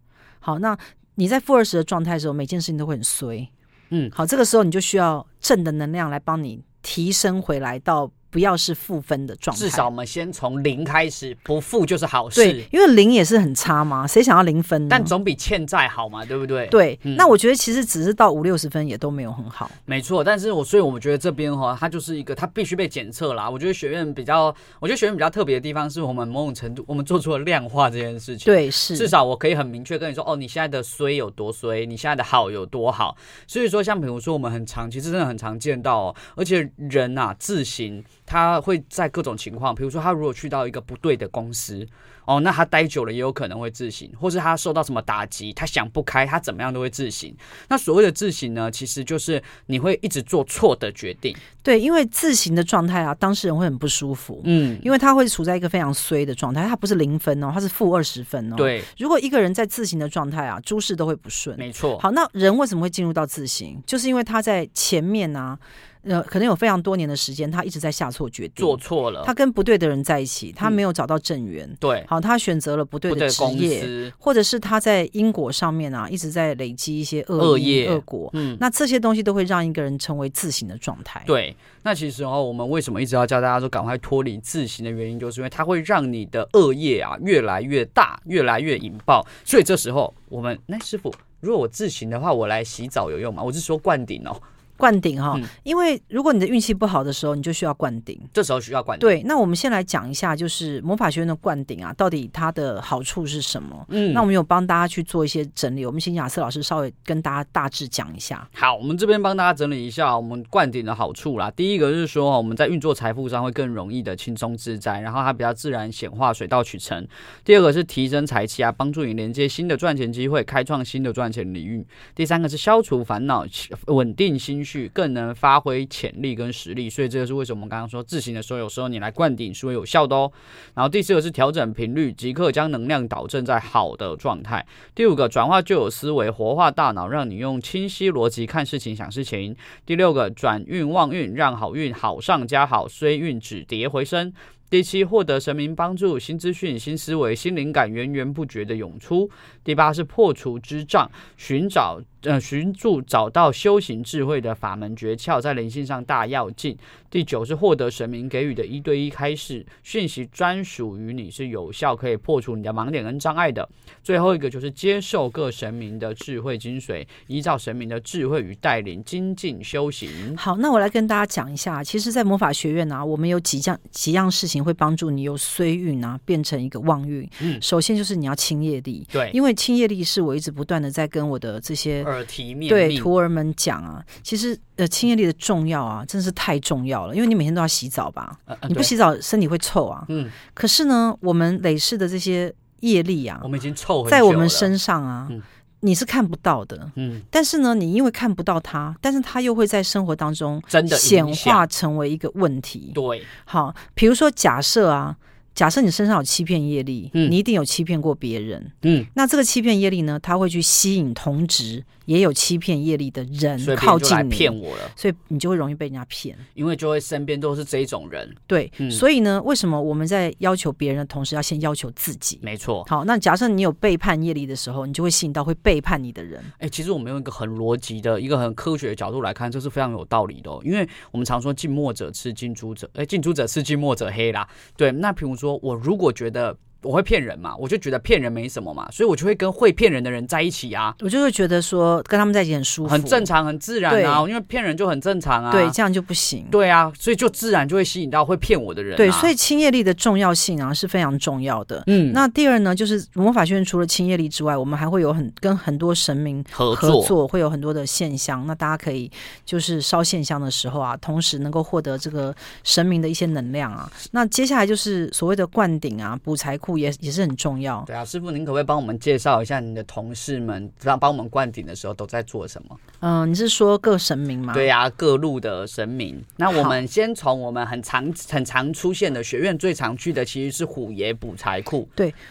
Speaker 1: 好，那你在负二十的状态的时候，每件事情都会很衰。
Speaker 2: 嗯
Speaker 1: 好，这个时候你就需要正的能量来帮你提升回来到不要是负分的状态，
Speaker 2: 至少我们先从零开始，不负就是好
Speaker 1: 对
Speaker 2: 事，，
Speaker 1: 因为零也是很差嘛，谁想要零分呢？
Speaker 2: 但总比欠债好嘛，对不对？，
Speaker 1: 对，
Speaker 2: 嗯
Speaker 1: 那我觉得其实只是到五六十分也都没有很好。
Speaker 2: 没错。但是我所以我们觉得这边哈，它就是一个它必须被检测啦。我觉得学院比较，我觉得学院比较特别的地方是我们某种程度我们做出了量化这件事情。
Speaker 1: 对，是
Speaker 2: 至少我可以很明确跟你说，哦，你现在的衰有多衰，你现在的好有多好。所以说，像比如说我们很常，其实真的很常见到哦，而且人啊自行他会在各种情况，比如说他如果去到一个不对的公司。哦，那他待久了也有可能会自行，或是他受到什么打击，他想不开，他怎么样都会自行。那所谓的自行呢，其实就是你会一直做错的决定。
Speaker 1: 对，因为自行的状态啊，当事人会很不舒服，
Speaker 2: 嗯，
Speaker 1: 因为他会处在一个非常衰的状态，他不是零分哦，他是负二十分哦。，
Speaker 2: 对，
Speaker 1: 如果一个人在自行的状态啊，诸事都会不顺。
Speaker 2: 没错，
Speaker 1: 好，那人为什么会进入到自行？就是因为他在前面啊，呃，可能有非常多年的时间，他一直在下错决定，
Speaker 2: 做错了
Speaker 1: 他，跟不对的人在一起，他
Speaker 2: 嗯
Speaker 1: 没有找到正缘。
Speaker 2: 对，
Speaker 1: 好，他选择了不对
Speaker 2: 不
Speaker 1: 的
Speaker 2: 对
Speaker 1: 职
Speaker 2: 公
Speaker 1: 业，
Speaker 2: 司，
Speaker 1: 或者是他在因果上面啊，一直在累积一些恶
Speaker 2: 恶
Speaker 1: 因
Speaker 2: 业
Speaker 1: 恶果，
Speaker 2: 嗯，
Speaker 1: 那这些东西都会让一个人成为自省的状态。，
Speaker 2: 对，那其实哦，我们为什么一直要教大家说赶快脱离自行的原因，就是因为它会让你的恶业啊越来越大，越来越引爆。所以这时候我们，那师傅，如果我自行的话，我来洗澡有用吗？我是说灌顶哦，
Speaker 1: 灌顶哈、
Speaker 2: 嗯
Speaker 1: 因为如果你的运气不好的时候，你就需要灌顶。
Speaker 2: 这时候需要灌顶。，
Speaker 1: 对，那我们先来讲一下，就是魔法学院的灌顶啊，到底它的好处是什么？
Speaker 2: 嗯，
Speaker 1: 那我们有帮大家去做一些整理，我们请雅思老师稍微跟大家大致讲一下。
Speaker 2: 好，我们这边帮大家整理一下我们灌顶的好处啦。第一个是说，我们在运作财富上会更容易的轻松自在，然后它比较自然显化，水到渠成。第二个是提升财气啊，帮助你连接新的赚钱机会，开创新的赚钱领域。第三个是消除烦恼，呃稳定心绪，更能发挥潜力跟实力。所以这就是为什么我们刚刚说自行的时候，有时候你来灌顶是会有效的哦。然后第四个是调整频率，即刻将能量导正在好的状态。第五个，转化旧有思维，活化大脑，让你用清晰逻辑看事情、想事情。第六个，转运旺运，让好运好上加好，衰运止跌回升。第七，获得神明帮助，新资讯、新思维、新灵感源源不绝的涌出。第八是破除之障，寻找呃寻助找到修行智慧的法门诀窍，在灵性上大要进。第九是获得神明给予的一对一开示，讯息专属于你是有效，可以破除你的盲点跟障碍的。最后一个就是接受各神明的智慧精髓，依照神明的智慧与带领精进修行。
Speaker 1: 好，那我来跟大家讲一下，其实，在魔法学院啊，我们有几样几样事情会帮助你由衰运啊变成一个旺运。
Speaker 2: 嗯
Speaker 1: 首先就是你要清业力，
Speaker 2: 对，
Speaker 1: 因为清业力是我一直不断的在跟我的这些
Speaker 2: 哎耳提面
Speaker 1: 对
Speaker 2: 命，
Speaker 1: 徒儿们讲啊，其实呃清业力的重要啊，真是太重要了，因为你每天都要洗澡吧，
Speaker 2: 呃呃
Speaker 1: 你不
Speaker 2: 对
Speaker 1: 洗澡身体会臭啊。
Speaker 2: 嗯，
Speaker 1: 可是呢，我们累世的这些业力啊
Speaker 2: 我，们已经凑合，
Speaker 1: 在我们身上啊
Speaker 2: 嗯，
Speaker 1: 你是看不到的，
Speaker 2: 嗯，
Speaker 1: 但是呢，你因为看不到它，但是它又会在生活当中
Speaker 2: 真的
Speaker 1: 显
Speaker 2: 影响
Speaker 1: 化成为一个问题。
Speaker 2: 对，
Speaker 1: 好，比如说假设啊，假设你身上有欺骗业力，
Speaker 2: 嗯
Speaker 1: 你一定有欺骗过别人。
Speaker 2: 嗯，
Speaker 1: 那这个欺骗业力呢，它会去吸引同职也有欺骗业力的人
Speaker 2: 所以别
Speaker 1: 靠
Speaker 2: 人就
Speaker 1: 近
Speaker 2: 来
Speaker 1: 你，
Speaker 2: 骗我了，
Speaker 1: 所以你就会容易被人家骗。
Speaker 2: 因为就会身边都是这一种人，
Speaker 1: 对，
Speaker 2: 嗯
Speaker 1: 所以呢，为什么我们在要求别人的同时，要先要求自己？
Speaker 2: 没错。
Speaker 1: 好，那假设你有背叛业力的时候，你就会吸引到会背叛你的人。
Speaker 2: 哎、其实我们用一个很逻辑的、一个很科学的角度来看，这是非常有道理的、哦。因为我们常说近墨者赤，近朱者哎、近朱者赤，近墨者黑啦。对，那比如说我如果觉得我会骗人嘛，我就觉得骗人没什么嘛，所以我就会跟会骗人的人在一起啊，
Speaker 1: 我就会觉得说，跟他们在一起很舒服，
Speaker 2: 很正常、很自然啊，因为骗人就很正常啊。
Speaker 1: 对，这样就不行。
Speaker 2: 对啊，所以就自然就会吸引到会骗我的人、啊。
Speaker 1: 对，所以清业力的重要性啊是非常重要的。
Speaker 2: 嗯，
Speaker 1: 那第二呢，就是魔法学院除了清业力之外，我们还会有很跟很多神明
Speaker 2: 合
Speaker 1: 合
Speaker 2: 作
Speaker 1: 作，会有很多的线香。那大家可以就是烧线香的时候啊，同时能够获得这个神明的一些能量啊。那接下来就是所谓的灌顶啊、补财库也也是很重要。
Speaker 2: 对啊，师傅，您可不可以帮我们介绍一下你的同事们，让帮我们灌顶的时候都在做什么？
Speaker 1: 嗯、你是说各神明吗？
Speaker 2: 对啊，各路的神明。那我
Speaker 1: 好
Speaker 2: 们先从我们很常很常出现的学院最常去的，其实是虎爷补财库。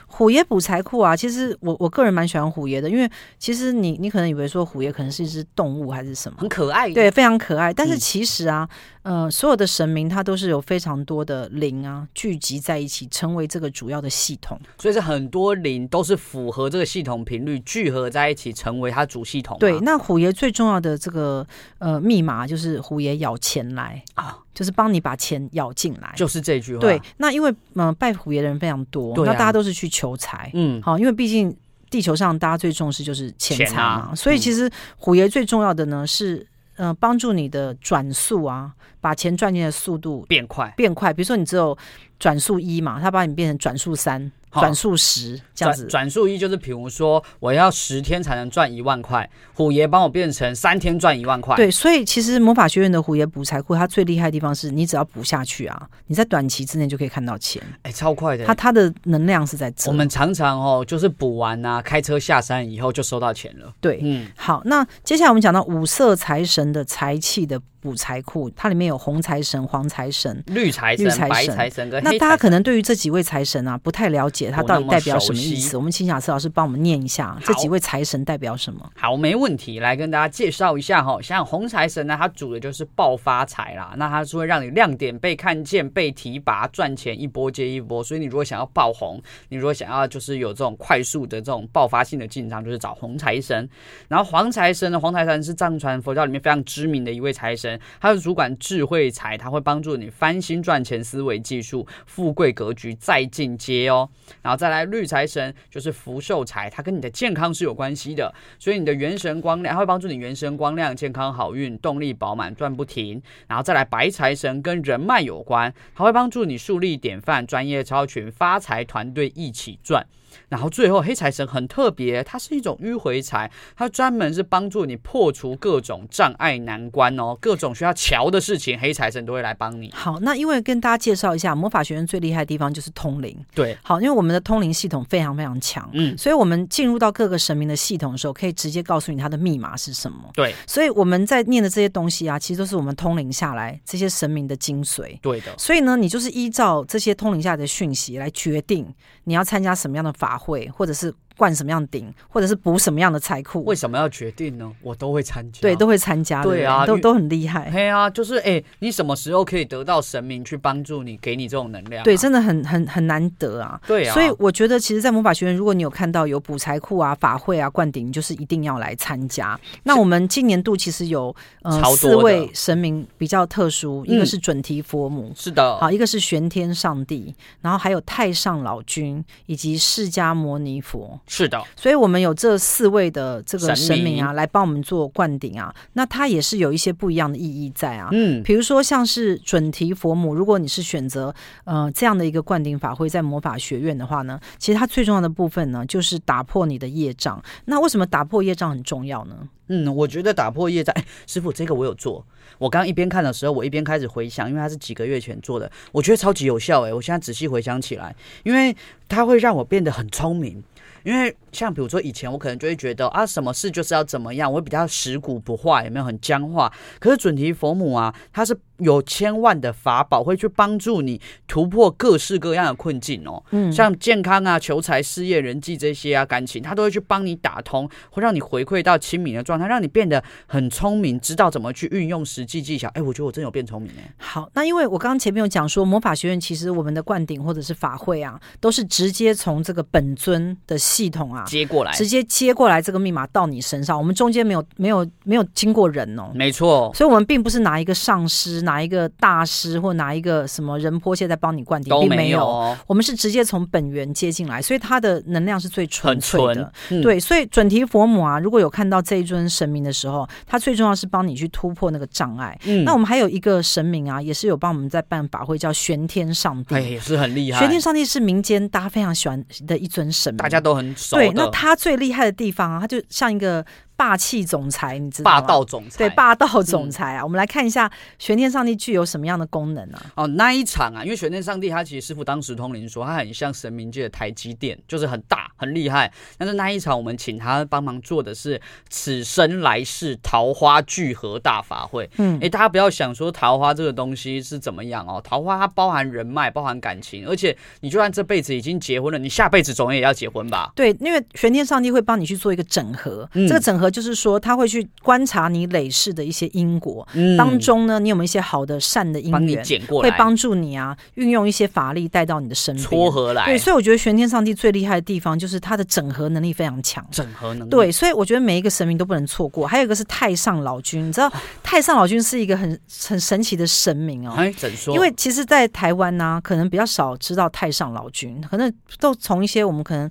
Speaker 1: 虎爷补财库啊，其实我我个人蛮喜欢虎爷的，因为其实你你可能以为说虎爷可能是一只动物还是什么，
Speaker 2: 很可爱，
Speaker 1: 对，非常可爱。但是
Speaker 2: 嗯
Speaker 1: 其实啊，呃，所有的神明它都是有非常多的灵啊聚集在一起，成为这个主要的系统。
Speaker 2: 所以是很多灵都是符合这个系统频率聚合在一起，成为它主系统嘛。
Speaker 1: 对，那虎爷最重要的这个呃密码就是虎爷咬钱来，
Speaker 2: 啊，
Speaker 1: 就是帮你把钱咬进来。
Speaker 2: 就是这句话。
Speaker 1: 哦对，，那因为嗯、呃拜虎爷的人非常多，
Speaker 2: 对啊
Speaker 1: 那大家都是去求财，
Speaker 2: 嗯，
Speaker 1: 好，因为毕竟。地球上大家最重视就是钱
Speaker 2: 钱
Speaker 1: 财
Speaker 2: 啊
Speaker 1: 嘛，所以
Speaker 2: 嗯
Speaker 1: 其实虎爷最重要的呢是，呃，帮助你的转速啊，把钱赚进来的速度
Speaker 2: 变快，
Speaker 1: 变快。比如说你只有转速一嘛，它把你变成转速三、
Speaker 2: 好
Speaker 1: 转速十这样
Speaker 2: 转
Speaker 1: 子。
Speaker 2: 转速一就是，比如说我要十天才能赚一万块，虎爷帮我变成三天赚一万块。
Speaker 1: 对，所以其实魔法学院的虎爷补财库，它最厉害的地方是你只要补下去啊，你在短期之内就可以看到钱。
Speaker 2: 哎，超快的。
Speaker 1: 它它的能量是在这。
Speaker 2: 我们常常哦，就是补完啊，开车下山以后就收到钱了。
Speaker 1: 对，
Speaker 2: 嗯，
Speaker 1: 好，那接下来我们讲到五色财神的财气的补财库，它里面有红财神、黄财神。
Speaker 2: 绿财神、
Speaker 1: 绿财神
Speaker 2: 白财神跟黑
Speaker 1: 那
Speaker 2: 财
Speaker 1: 大家
Speaker 2: 神
Speaker 1: 可能对于这几位财神啊不太了解，它
Speaker 2: 不
Speaker 1: 到
Speaker 2: 那
Speaker 1: 底
Speaker 2: 么
Speaker 1: 代表什
Speaker 2: 熟
Speaker 1: 么意
Speaker 2: 悉
Speaker 1: 思？我们请小慈老师帮我们念一下这
Speaker 2: 好
Speaker 1: 几位财神代表什么。
Speaker 2: 好，没问题，来跟大家介绍一下哈、像红财神呢，它主的就是爆发财啦，那它是会让你亮点被看见、被提拔、赚钱一波接一波。所以你如果想要爆红，你如果想要就是有这种快速的这种爆发性的进场，就是找红财神。然后黄财神呢，黄财神是藏传佛教里面非常知名的一位财神，他是主管智慧财，他会帮助你翻新赚钱思维技术、富贵格局再进阶哦。然后再来绿财神就是福寿财，它跟你的健康是有关系的。所以你的元神光亮它会帮助你元神光亮、健康好运、动力饱满、转不停。然后再来白财神跟人脉有关，它会帮助你树立典范、专业超群、发财团队一起赚。然后最后黑财神很特别，它是一种迂回财，它专门是帮助你破除各种障碍难关哦，各种需要瞧的事情，黑财神都会来帮你。
Speaker 1: 好，那因为跟大家介绍一下，魔法学院最厉害的地方就是通灵。
Speaker 2: 对，
Speaker 1: 好，因为我们的通灵系统非常非常强，
Speaker 2: 嗯，
Speaker 1: 所以我们进入到各个神明的系统的时候，可以直接告诉你它的密码是什么。
Speaker 2: 对，
Speaker 1: 所以我们在念的这些东西啊，其实都是我们通灵下来这些神明的精髓。
Speaker 2: 对的，
Speaker 1: 所以呢，你就是依照这些通灵下来的讯息来决定你要参加什么样的法会，或者是灌什么样的顶，或者是补什么样的财库
Speaker 2: 为，什么要决定呢？我都会参加。
Speaker 1: 对，都会参加，
Speaker 2: 对啊
Speaker 1: 对不对
Speaker 2: 因为
Speaker 1: 都都很厉害，
Speaker 2: 嘿啊，就是哎、欸你什么时候可以得到神明去帮助你，给你这种能量啊、
Speaker 1: 对，真的很很很难得啊。
Speaker 2: 对啊，
Speaker 1: 所以我觉得，其实，在魔法学院，如果你有看到有补财库啊、法会啊、灌顶，你就是一定要来参加。那我们今年度其实有呃
Speaker 2: 超多
Speaker 1: 四
Speaker 2: 的
Speaker 1: 位神明比较特殊，一个
Speaker 2: 嗯
Speaker 1: 是准提佛母。
Speaker 2: 是的，
Speaker 1: 好，一个是玄天上帝，然后还有太上老君以及释迦牟尼佛，
Speaker 2: 是的，
Speaker 1: 所以我们有这四位的这个
Speaker 2: 神
Speaker 1: 神
Speaker 2: 明
Speaker 1: 明啊，来帮我们做灌顶啊。那它也是有一些不一样的意义在啊。
Speaker 2: 嗯，
Speaker 1: 比如说像是准提佛母，如果你是选择呃这样的一个灌顶法会在魔法学院的话呢，其实它最重要的部分呢，就是打破你的业障。那为什么打破业障很重要呢？
Speaker 2: 嗯，我觉得打破业障，哎，师傅，这个我有做。我刚一边看的时候，我一边开始回想，因为它是几个月前做的，欸我觉得超级有效哎、我现在仔细回想起来，因为它会让我变得很聪明。因为像比如说以前我可能就会觉得啊，什么事就是要怎么样，我会比较食古不化，有没有很僵化？可是准提佛母啊，它是有千万的法宝会去帮助你突破各式各样的困境哦，
Speaker 1: 嗯
Speaker 2: 像健康啊、求财、事业、人际这些啊、感情，它都会去帮你打通，会让你回馈到亲民的状态，让你变得很聪明，知道怎么去运用实际技巧。哎，我觉得我真有变聪明哎。
Speaker 1: 好，那因为我刚刚前面有讲说，魔法学院其实我们的灌顶或者是法会啊，都是直接从这个本尊的系统啊，
Speaker 2: 接过来
Speaker 1: 直接接过来这个密码到你身上，我们中间没有没有没有经过人哦。
Speaker 2: 没错，
Speaker 1: 所以，我们并不是拿一个上师、拿一个大师或拿一个什么仁波切在帮你灌顶，
Speaker 2: 都
Speaker 1: 并
Speaker 2: 没
Speaker 1: 有。
Speaker 2: 哦
Speaker 1: 我们是直接从本源接进来，所以它的能量是最纯
Speaker 2: 很
Speaker 1: 粹
Speaker 2: 纯
Speaker 1: 的。，
Speaker 2: 嗯，
Speaker 1: 对，所以准提佛母啊，如果有看到这一尊神明的时候，它最重要是帮你去突破那个障碍。
Speaker 2: 嗯
Speaker 1: 那我们还有一个神明啊，也是有帮我们在办法会，叫玄天上帝。
Speaker 2: 哎也是很厉害，
Speaker 1: 玄天上帝是民间大家非常喜欢的一尊神明，
Speaker 2: 大家都很熟
Speaker 1: 对。那
Speaker 2: 的
Speaker 1: 他最厉害的地方啊，他就像一个霸气总裁，你知道吗
Speaker 2: 霸道总裁，嗯
Speaker 1: 对霸道总裁啊。我们来看一下玄天上帝具有什么样的功能啊？
Speaker 2: 哦，那一场啊，因为玄天上帝他其实师傅当时通灵说他很像神明界的台积电，就是很大很厉害。但是那一场我们请他帮忙做的是此生来世桃花聚合大法会。
Speaker 1: 嗯
Speaker 2: 哎、大家不要想说桃花这个东西是怎么样哦，桃花它包含人脉，包含感情，而且你就算这辈子已经结婚了，你下辈子总也要结婚吧？
Speaker 1: 对，因为玄天上帝会帮你去做一个整合，
Speaker 2: 嗯
Speaker 1: 这个整合就是说他会去观察你累世的一些因果，
Speaker 2: 嗯
Speaker 1: 当中呢，你有没有一些好的善的因
Speaker 2: 帮你
Speaker 1: 缘，
Speaker 2: 捡过
Speaker 1: 会
Speaker 2: 来，
Speaker 1: 帮助你啊，运用一些法力带到你的身边。
Speaker 2: 撮合来
Speaker 1: 对，，所以我觉得玄天上帝最厉害的地方就是他的整合能力非常强。
Speaker 2: 整合能力。
Speaker 1: 对，所以我觉得每一个神明都不能错过。还有一个是太上老君，你知
Speaker 2: 啊
Speaker 1: 道太上老君是一个很很神奇的神明哦。
Speaker 2: 哎，怎说？
Speaker 1: 因为其实，在台湾呢、可能比较少知道太上老君，可能都从一些我们可能、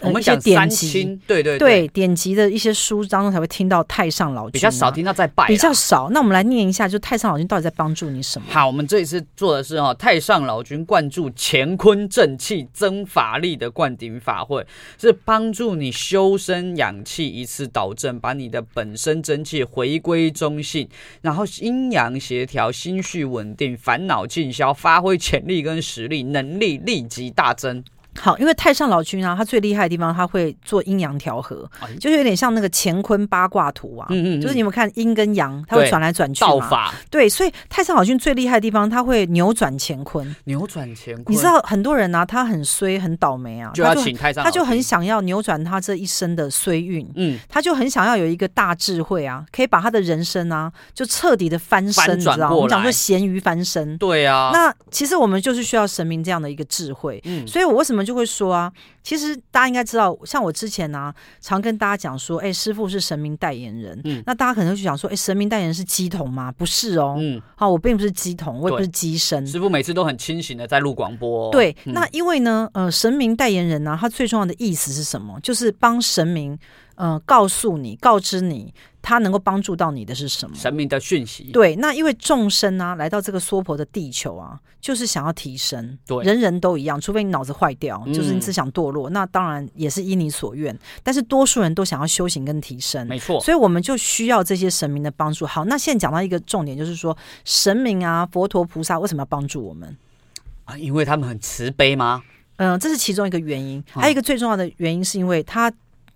Speaker 1: 呃
Speaker 2: 我们
Speaker 1: 一些
Speaker 2: 讲
Speaker 1: 典
Speaker 2: 三
Speaker 1: 籍，
Speaker 2: 清，对对
Speaker 1: 对典籍的一些书当中才会听到太上老君嘛，
Speaker 2: 比较少听到在拜啦，
Speaker 1: 比较少。那我们来念一下，就太上老君到底在帮助你什么？
Speaker 2: 好，我们这一次做的是哦，太上老君灌注乾坤正气、增法力的灌顶法会，是帮助你修身养气，一次导正，把你的本身真气回归中性，然后阴阳协调，心绪稳定，烦恼尽消，发挥潜力跟实力，能力立即大增。
Speaker 1: 好，因为太上老君啊，他最厉害的地方，他会做阴阳调和，
Speaker 2: 哎
Speaker 1: 就是有点像那个乾坤八卦图啊。
Speaker 2: 嗯嗯，
Speaker 1: 就是你们看阴跟阳，它会
Speaker 2: 对
Speaker 1: 转来转去
Speaker 2: 道
Speaker 1: 嘛。
Speaker 2: 法
Speaker 1: 对，所以太上老君最厉害的地方，他会扭转乾坤。
Speaker 2: 扭转乾坤，
Speaker 1: 你知道很多人啊，他很衰很倒霉啊，
Speaker 2: 就
Speaker 1: 他
Speaker 2: 要
Speaker 1: 就
Speaker 2: 请太上
Speaker 1: 他
Speaker 2: 老君，
Speaker 1: 就很想要扭转他这一生的衰运，
Speaker 2: 嗯
Speaker 1: 他就很想要有一个大智慧啊，可以把他的人生啊就彻底的翻身，
Speaker 2: 翻
Speaker 1: 你知
Speaker 2: 转
Speaker 1: 道吗？
Speaker 2: 过
Speaker 1: 我们讲
Speaker 2: 来
Speaker 1: 说咸鱼翻身。
Speaker 2: 对啊，
Speaker 1: 那其实我们就是需要神明这样的一个智慧。
Speaker 2: 嗯
Speaker 1: 所以我为什么就会说啊？其实大家应该知道，像我之前呢、常跟大家讲说，哎、师傅是神明代言人。
Speaker 2: 嗯
Speaker 1: 那大家可能就想说，哎、神明代言人是鸡童吗？不是哦，
Speaker 2: 嗯，
Speaker 1: 好、我并不是鸡童，我也不
Speaker 2: 对
Speaker 1: 是鸡身。
Speaker 2: 师傅每次都很清醒的在录广播哦，
Speaker 1: 对，
Speaker 2: 嗯
Speaker 1: 那因为呢，呃，神明代言人呢、他最重要的意思是什么？就是帮神明，呃，告诉你、告知你，他能够帮助到你的是什么？
Speaker 2: 神明的讯息，
Speaker 1: 对，那因为众生啊，来到这个娑婆的地球啊，就是想要提升，
Speaker 2: 对
Speaker 1: 人人都一样，除非你脑子坏掉，就是你
Speaker 2: 嗯
Speaker 1: 只想堕落，那当然也是依你所愿。但是多数人都想要修行跟提升，
Speaker 2: 没错，
Speaker 1: 所以我们就需要这些神明的帮助。好，那现在讲到一个重点，就是说神明啊、佛陀、菩萨为什么要帮助我们？
Speaker 2: 啊，因为他们很慈悲吗？
Speaker 1: 嗯、这是其中一个原因，还有一个最重要的原因是因为他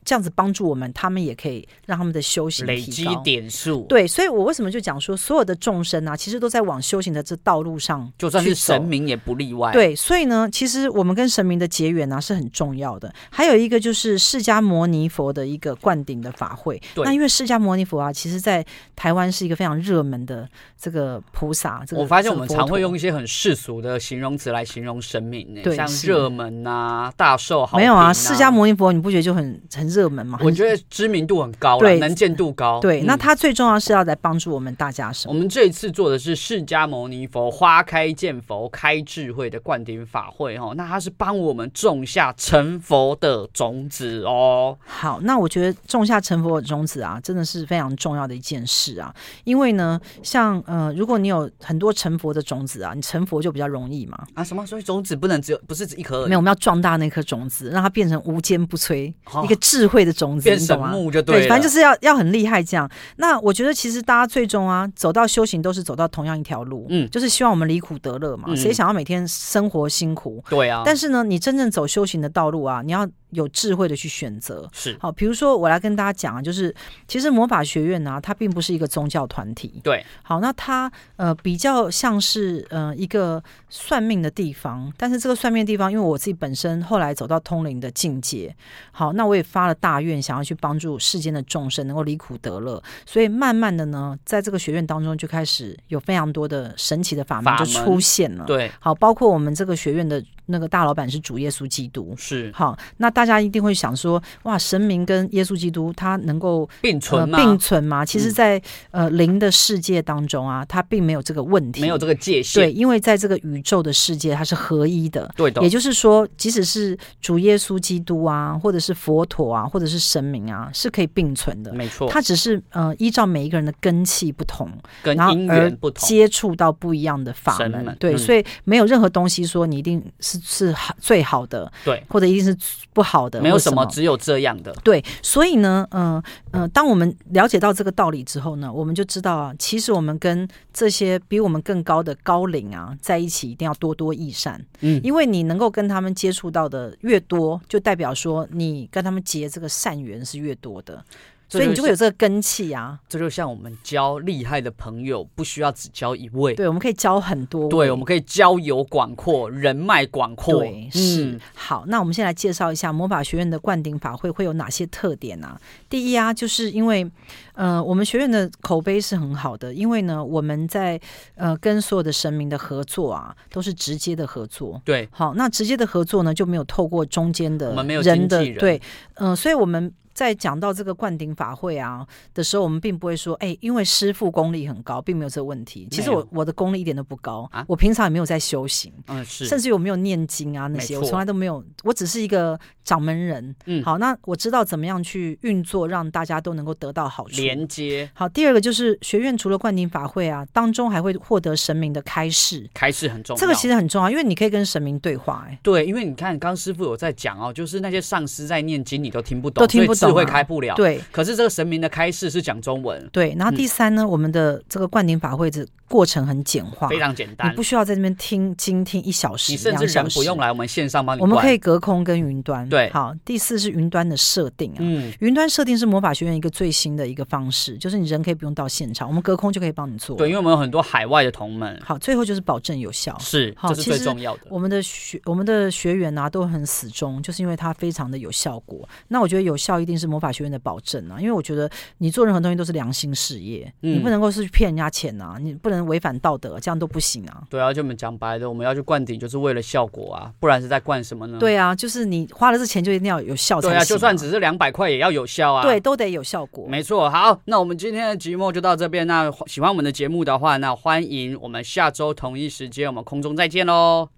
Speaker 1: 这样子帮助我们，他们也可以让他们的修行
Speaker 2: 累
Speaker 1: 提
Speaker 2: 积
Speaker 1: 高
Speaker 2: 点数，，
Speaker 1: 对，所以我为什么就讲说，所有的众生啊，其实都在往修行的这道路上
Speaker 2: 就算
Speaker 1: 去
Speaker 2: 是
Speaker 1: 走
Speaker 2: 神。明也不例外。，
Speaker 1: 对，所以呢，其实我们跟神明的结缘呢、是很重要的。还有一个就是释迦牟尼佛的一个灌顶的法会。
Speaker 2: 对
Speaker 1: 那因为释迦牟尼佛啊，其实在台湾是一个非常热门的这个菩萨。这个
Speaker 2: 我发现我们
Speaker 1: 这个佛
Speaker 2: 常会
Speaker 1: 陀
Speaker 2: 用一些很世俗的形容词来形容神明呢
Speaker 1: 对，
Speaker 2: 像
Speaker 1: 是
Speaker 2: 热门啊、大受好
Speaker 1: 没有
Speaker 2: 评
Speaker 1: 啊，释迦，牟尼佛你不觉得就很很热门吗？
Speaker 2: 我觉得知名度很高啦，
Speaker 1: 对
Speaker 2: 能见度高。
Speaker 1: 对，
Speaker 2: 嗯哦
Speaker 1: 那他最重要是要来帮助我们大家什
Speaker 2: 我
Speaker 1: 么？
Speaker 2: 们这一次做的是释迦牟尼佛花开见佛开智慧的灌顶法会哦，那他是帮我们种下成佛的种子哦。
Speaker 1: 好，那我觉得种下成佛的种子啊，真的是非常重要的一件事啊。因为呢，像呃，如果你有很多成佛的种子啊，你成佛就比较容易嘛。
Speaker 2: 啊，什么？所以种子不能只有不是只一颗而已，
Speaker 1: 没有，我们要壮大那颗种子，让它变成无坚不摧，
Speaker 2: 哦
Speaker 1: 一个智慧的种子，
Speaker 2: 变
Speaker 1: 你懂
Speaker 2: 神
Speaker 1: 吗？
Speaker 2: 木就
Speaker 1: 对，
Speaker 2: 了
Speaker 1: 反正就是要要很厉害这样。那我觉得其实大家最终啊，走到修行都是走到同样一条路，
Speaker 2: 嗯
Speaker 1: 就是希望我们离苦得乐嘛。
Speaker 2: 嗯
Speaker 1: 谁想要每天生活辛苦？
Speaker 2: 对啊，
Speaker 1: 但是呢，你真正走修行的道路啊，你要有智慧的去选择。
Speaker 2: 是
Speaker 1: 好，比如说我来跟大家讲啊，就是其实魔法学院呢、啊它并不是一个宗教团体。
Speaker 2: 对，
Speaker 1: 好，那它呃比较像是呃一个算命的地方，但是这个算命的地方，因为我自己本身后来走到通灵的境界，好，那我也发了大愿，想要去帮助世间的众生能够离苦得乐，所以慢慢的呢，在这个学院当中就开始有非常多的神奇的法门
Speaker 2: 法
Speaker 1: 就
Speaker 2: 门
Speaker 1: 出现了。
Speaker 2: 对，
Speaker 1: 好，包括我们这个学院的那个大老板是主耶稣基督。
Speaker 2: 是
Speaker 1: 好，那大家一定会想说，哇，神明跟耶稣基督他能够
Speaker 2: 并存嗯嘛，
Speaker 1: 呃、并存嘛？其实在，呃灵的世界当中啊，它并没有这个问题，
Speaker 2: 没有这个界
Speaker 1: 对，
Speaker 2: 限，
Speaker 1: 因为在这个宇宙的世界，它是合一的。
Speaker 2: 对的
Speaker 1: 也，就是说，即使是主耶稣基督啊，或者是佛陀啊，或者是神明啊，是可以并存的。
Speaker 2: 没错，
Speaker 1: 它只是呃，依照每一个人的根气不同，
Speaker 2: 跟
Speaker 1: 然后
Speaker 2: 因
Speaker 1: 而
Speaker 2: 缘不同，
Speaker 1: 接触到不一样的法
Speaker 2: 神
Speaker 1: 门
Speaker 2: 门，
Speaker 1: 对，
Speaker 2: 嗯
Speaker 1: 所以没有任何东西说你一定是是好最好的，
Speaker 2: 对，
Speaker 1: 或者一定是不好的，
Speaker 2: 没有
Speaker 1: 或什
Speaker 2: 什么，
Speaker 1: 么
Speaker 2: 只有这样的，
Speaker 1: 对，所以呢，嗯、呃、嗯、当我们了解到这个道理之后呢，我们就知道啊，其实我们跟这些比我们更高的高龄啊在一起，一定要多多益善，
Speaker 2: 嗯，
Speaker 1: 因为你能够跟他们接触到的越多，就代表说你跟他们结这个善缘是越多的，
Speaker 2: 这
Speaker 1: 所以你就
Speaker 2: 就
Speaker 1: 会
Speaker 2: 是
Speaker 1: 有这个根气啊。
Speaker 2: 这就像我们交厉害的朋友，不需要只交一位，
Speaker 1: 对，我们可以教很多位。
Speaker 2: 对，我们可以交友广阔，人脉广阔，
Speaker 1: 对，是、
Speaker 2: 嗯
Speaker 1: 好。那我们先来介绍一下魔法学院的灌顶法会会有哪些特点啊？第一啊，就是因为呃，我们学院的口碑是很好的，因为呢，我们在呃跟所有的神明的合作啊，都是直接的合作。
Speaker 2: 对，
Speaker 1: 好，那直接的合作呢，就没有透过中间的
Speaker 2: 我们没有
Speaker 1: 人的
Speaker 2: 经纪人
Speaker 1: 对，嗯、所以我们。在讲到这个灌顶法会啊的时候，我们并不会说，哎、因为师傅功力很高，并没有这个问题。其实
Speaker 2: 没有
Speaker 1: 我我的功力一点都不高，
Speaker 2: 啊
Speaker 1: 我平常也没有在修行。
Speaker 2: 嗯是，
Speaker 1: 甚至于我没有念经啊那
Speaker 2: 没
Speaker 1: 些，
Speaker 2: 错
Speaker 1: 我从来都没有，我只是一个掌门人。
Speaker 2: 嗯
Speaker 1: 好，那我知道怎么样去运作，让大家都能够得到好处。
Speaker 2: 连接
Speaker 1: 好，第二个就是学院除了灌顶法会啊，当中还会获得神明的开示，
Speaker 2: 开始很重要。
Speaker 1: 这个其实很重要，因为你可以跟神明对话、哎，
Speaker 2: 对，因为你看，刚师傅有在讲哦，就是那些上师在念经，你都听不懂，
Speaker 1: 都听不
Speaker 2: 所以
Speaker 1: 懂
Speaker 2: 智
Speaker 1: 啊
Speaker 2: 慧开不了。
Speaker 1: 对
Speaker 2: 可是这个神明的开示是讲中文，
Speaker 1: 对。然后第三呢，我们的这个灌顶法会的过程很简化，
Speaker 2: 非常简
Speaker 1: 啊你
Speaker 2: 单
Speaker 1: 不。需要在那边听经听一小时、
Speaker 2: 你甚至
Speaker 1: 两小
Speaker 2: 人
Speaker 1: 时，
Speaker 2: 不用来，我们线上帮你
Speaker 1: 我们
Speaker 2: 灌
Speaker 1: 可以隔空跟云端。
Speaker 2: 对
Speaker 1: 好，第四是云端的设定啊。
Speaker 2: 嗯，
Speaker 1: 云端设定是魔法学院一个最新的一个方式，就是你人可以不用到现场，我们隔空就可以帮你做。
Speaker 2: 对，因为我们有很多海外的同门，
Speaker 1: 好，最后就是保证有效。
Speaker 2: 是，
Speaker 1: 哦好
Speaker 2: 这是
Speaker 1: 其
Speaker 2: 最
Speaker 1: 实
Speaker 2: 重要的。
Speaker 1: 我们的学我们的学员啊都很死忠，就是因为它非常的有效果。那我觉得有效一定是魔法学院的保证啊，因为我觉得你做任何东西都是良心事业，
Speaker 2: 嗯
Speaker 1: 你不能够是去骗人家钱啊，你不能违反道德，这样都不行啊。
Speaker 2: 对啊，就我们讲白的，我们要去灌顶就是为了效果啊，不然是在灌什么呢？
Speaker 1: 对啊，就是你花了这钱就一定要有效才
Speaker 2: 对
Speaker 1: 行、
Speaker 2: 啊，就算只是两百块也要有效啊。
Speaker 1: 对都得有效果。
Speaker 2: 没错，好，那我们今天的节目就到这边。那喜欢我们的节目的话，那欢迎我们下周同一时间我们空中再见喽，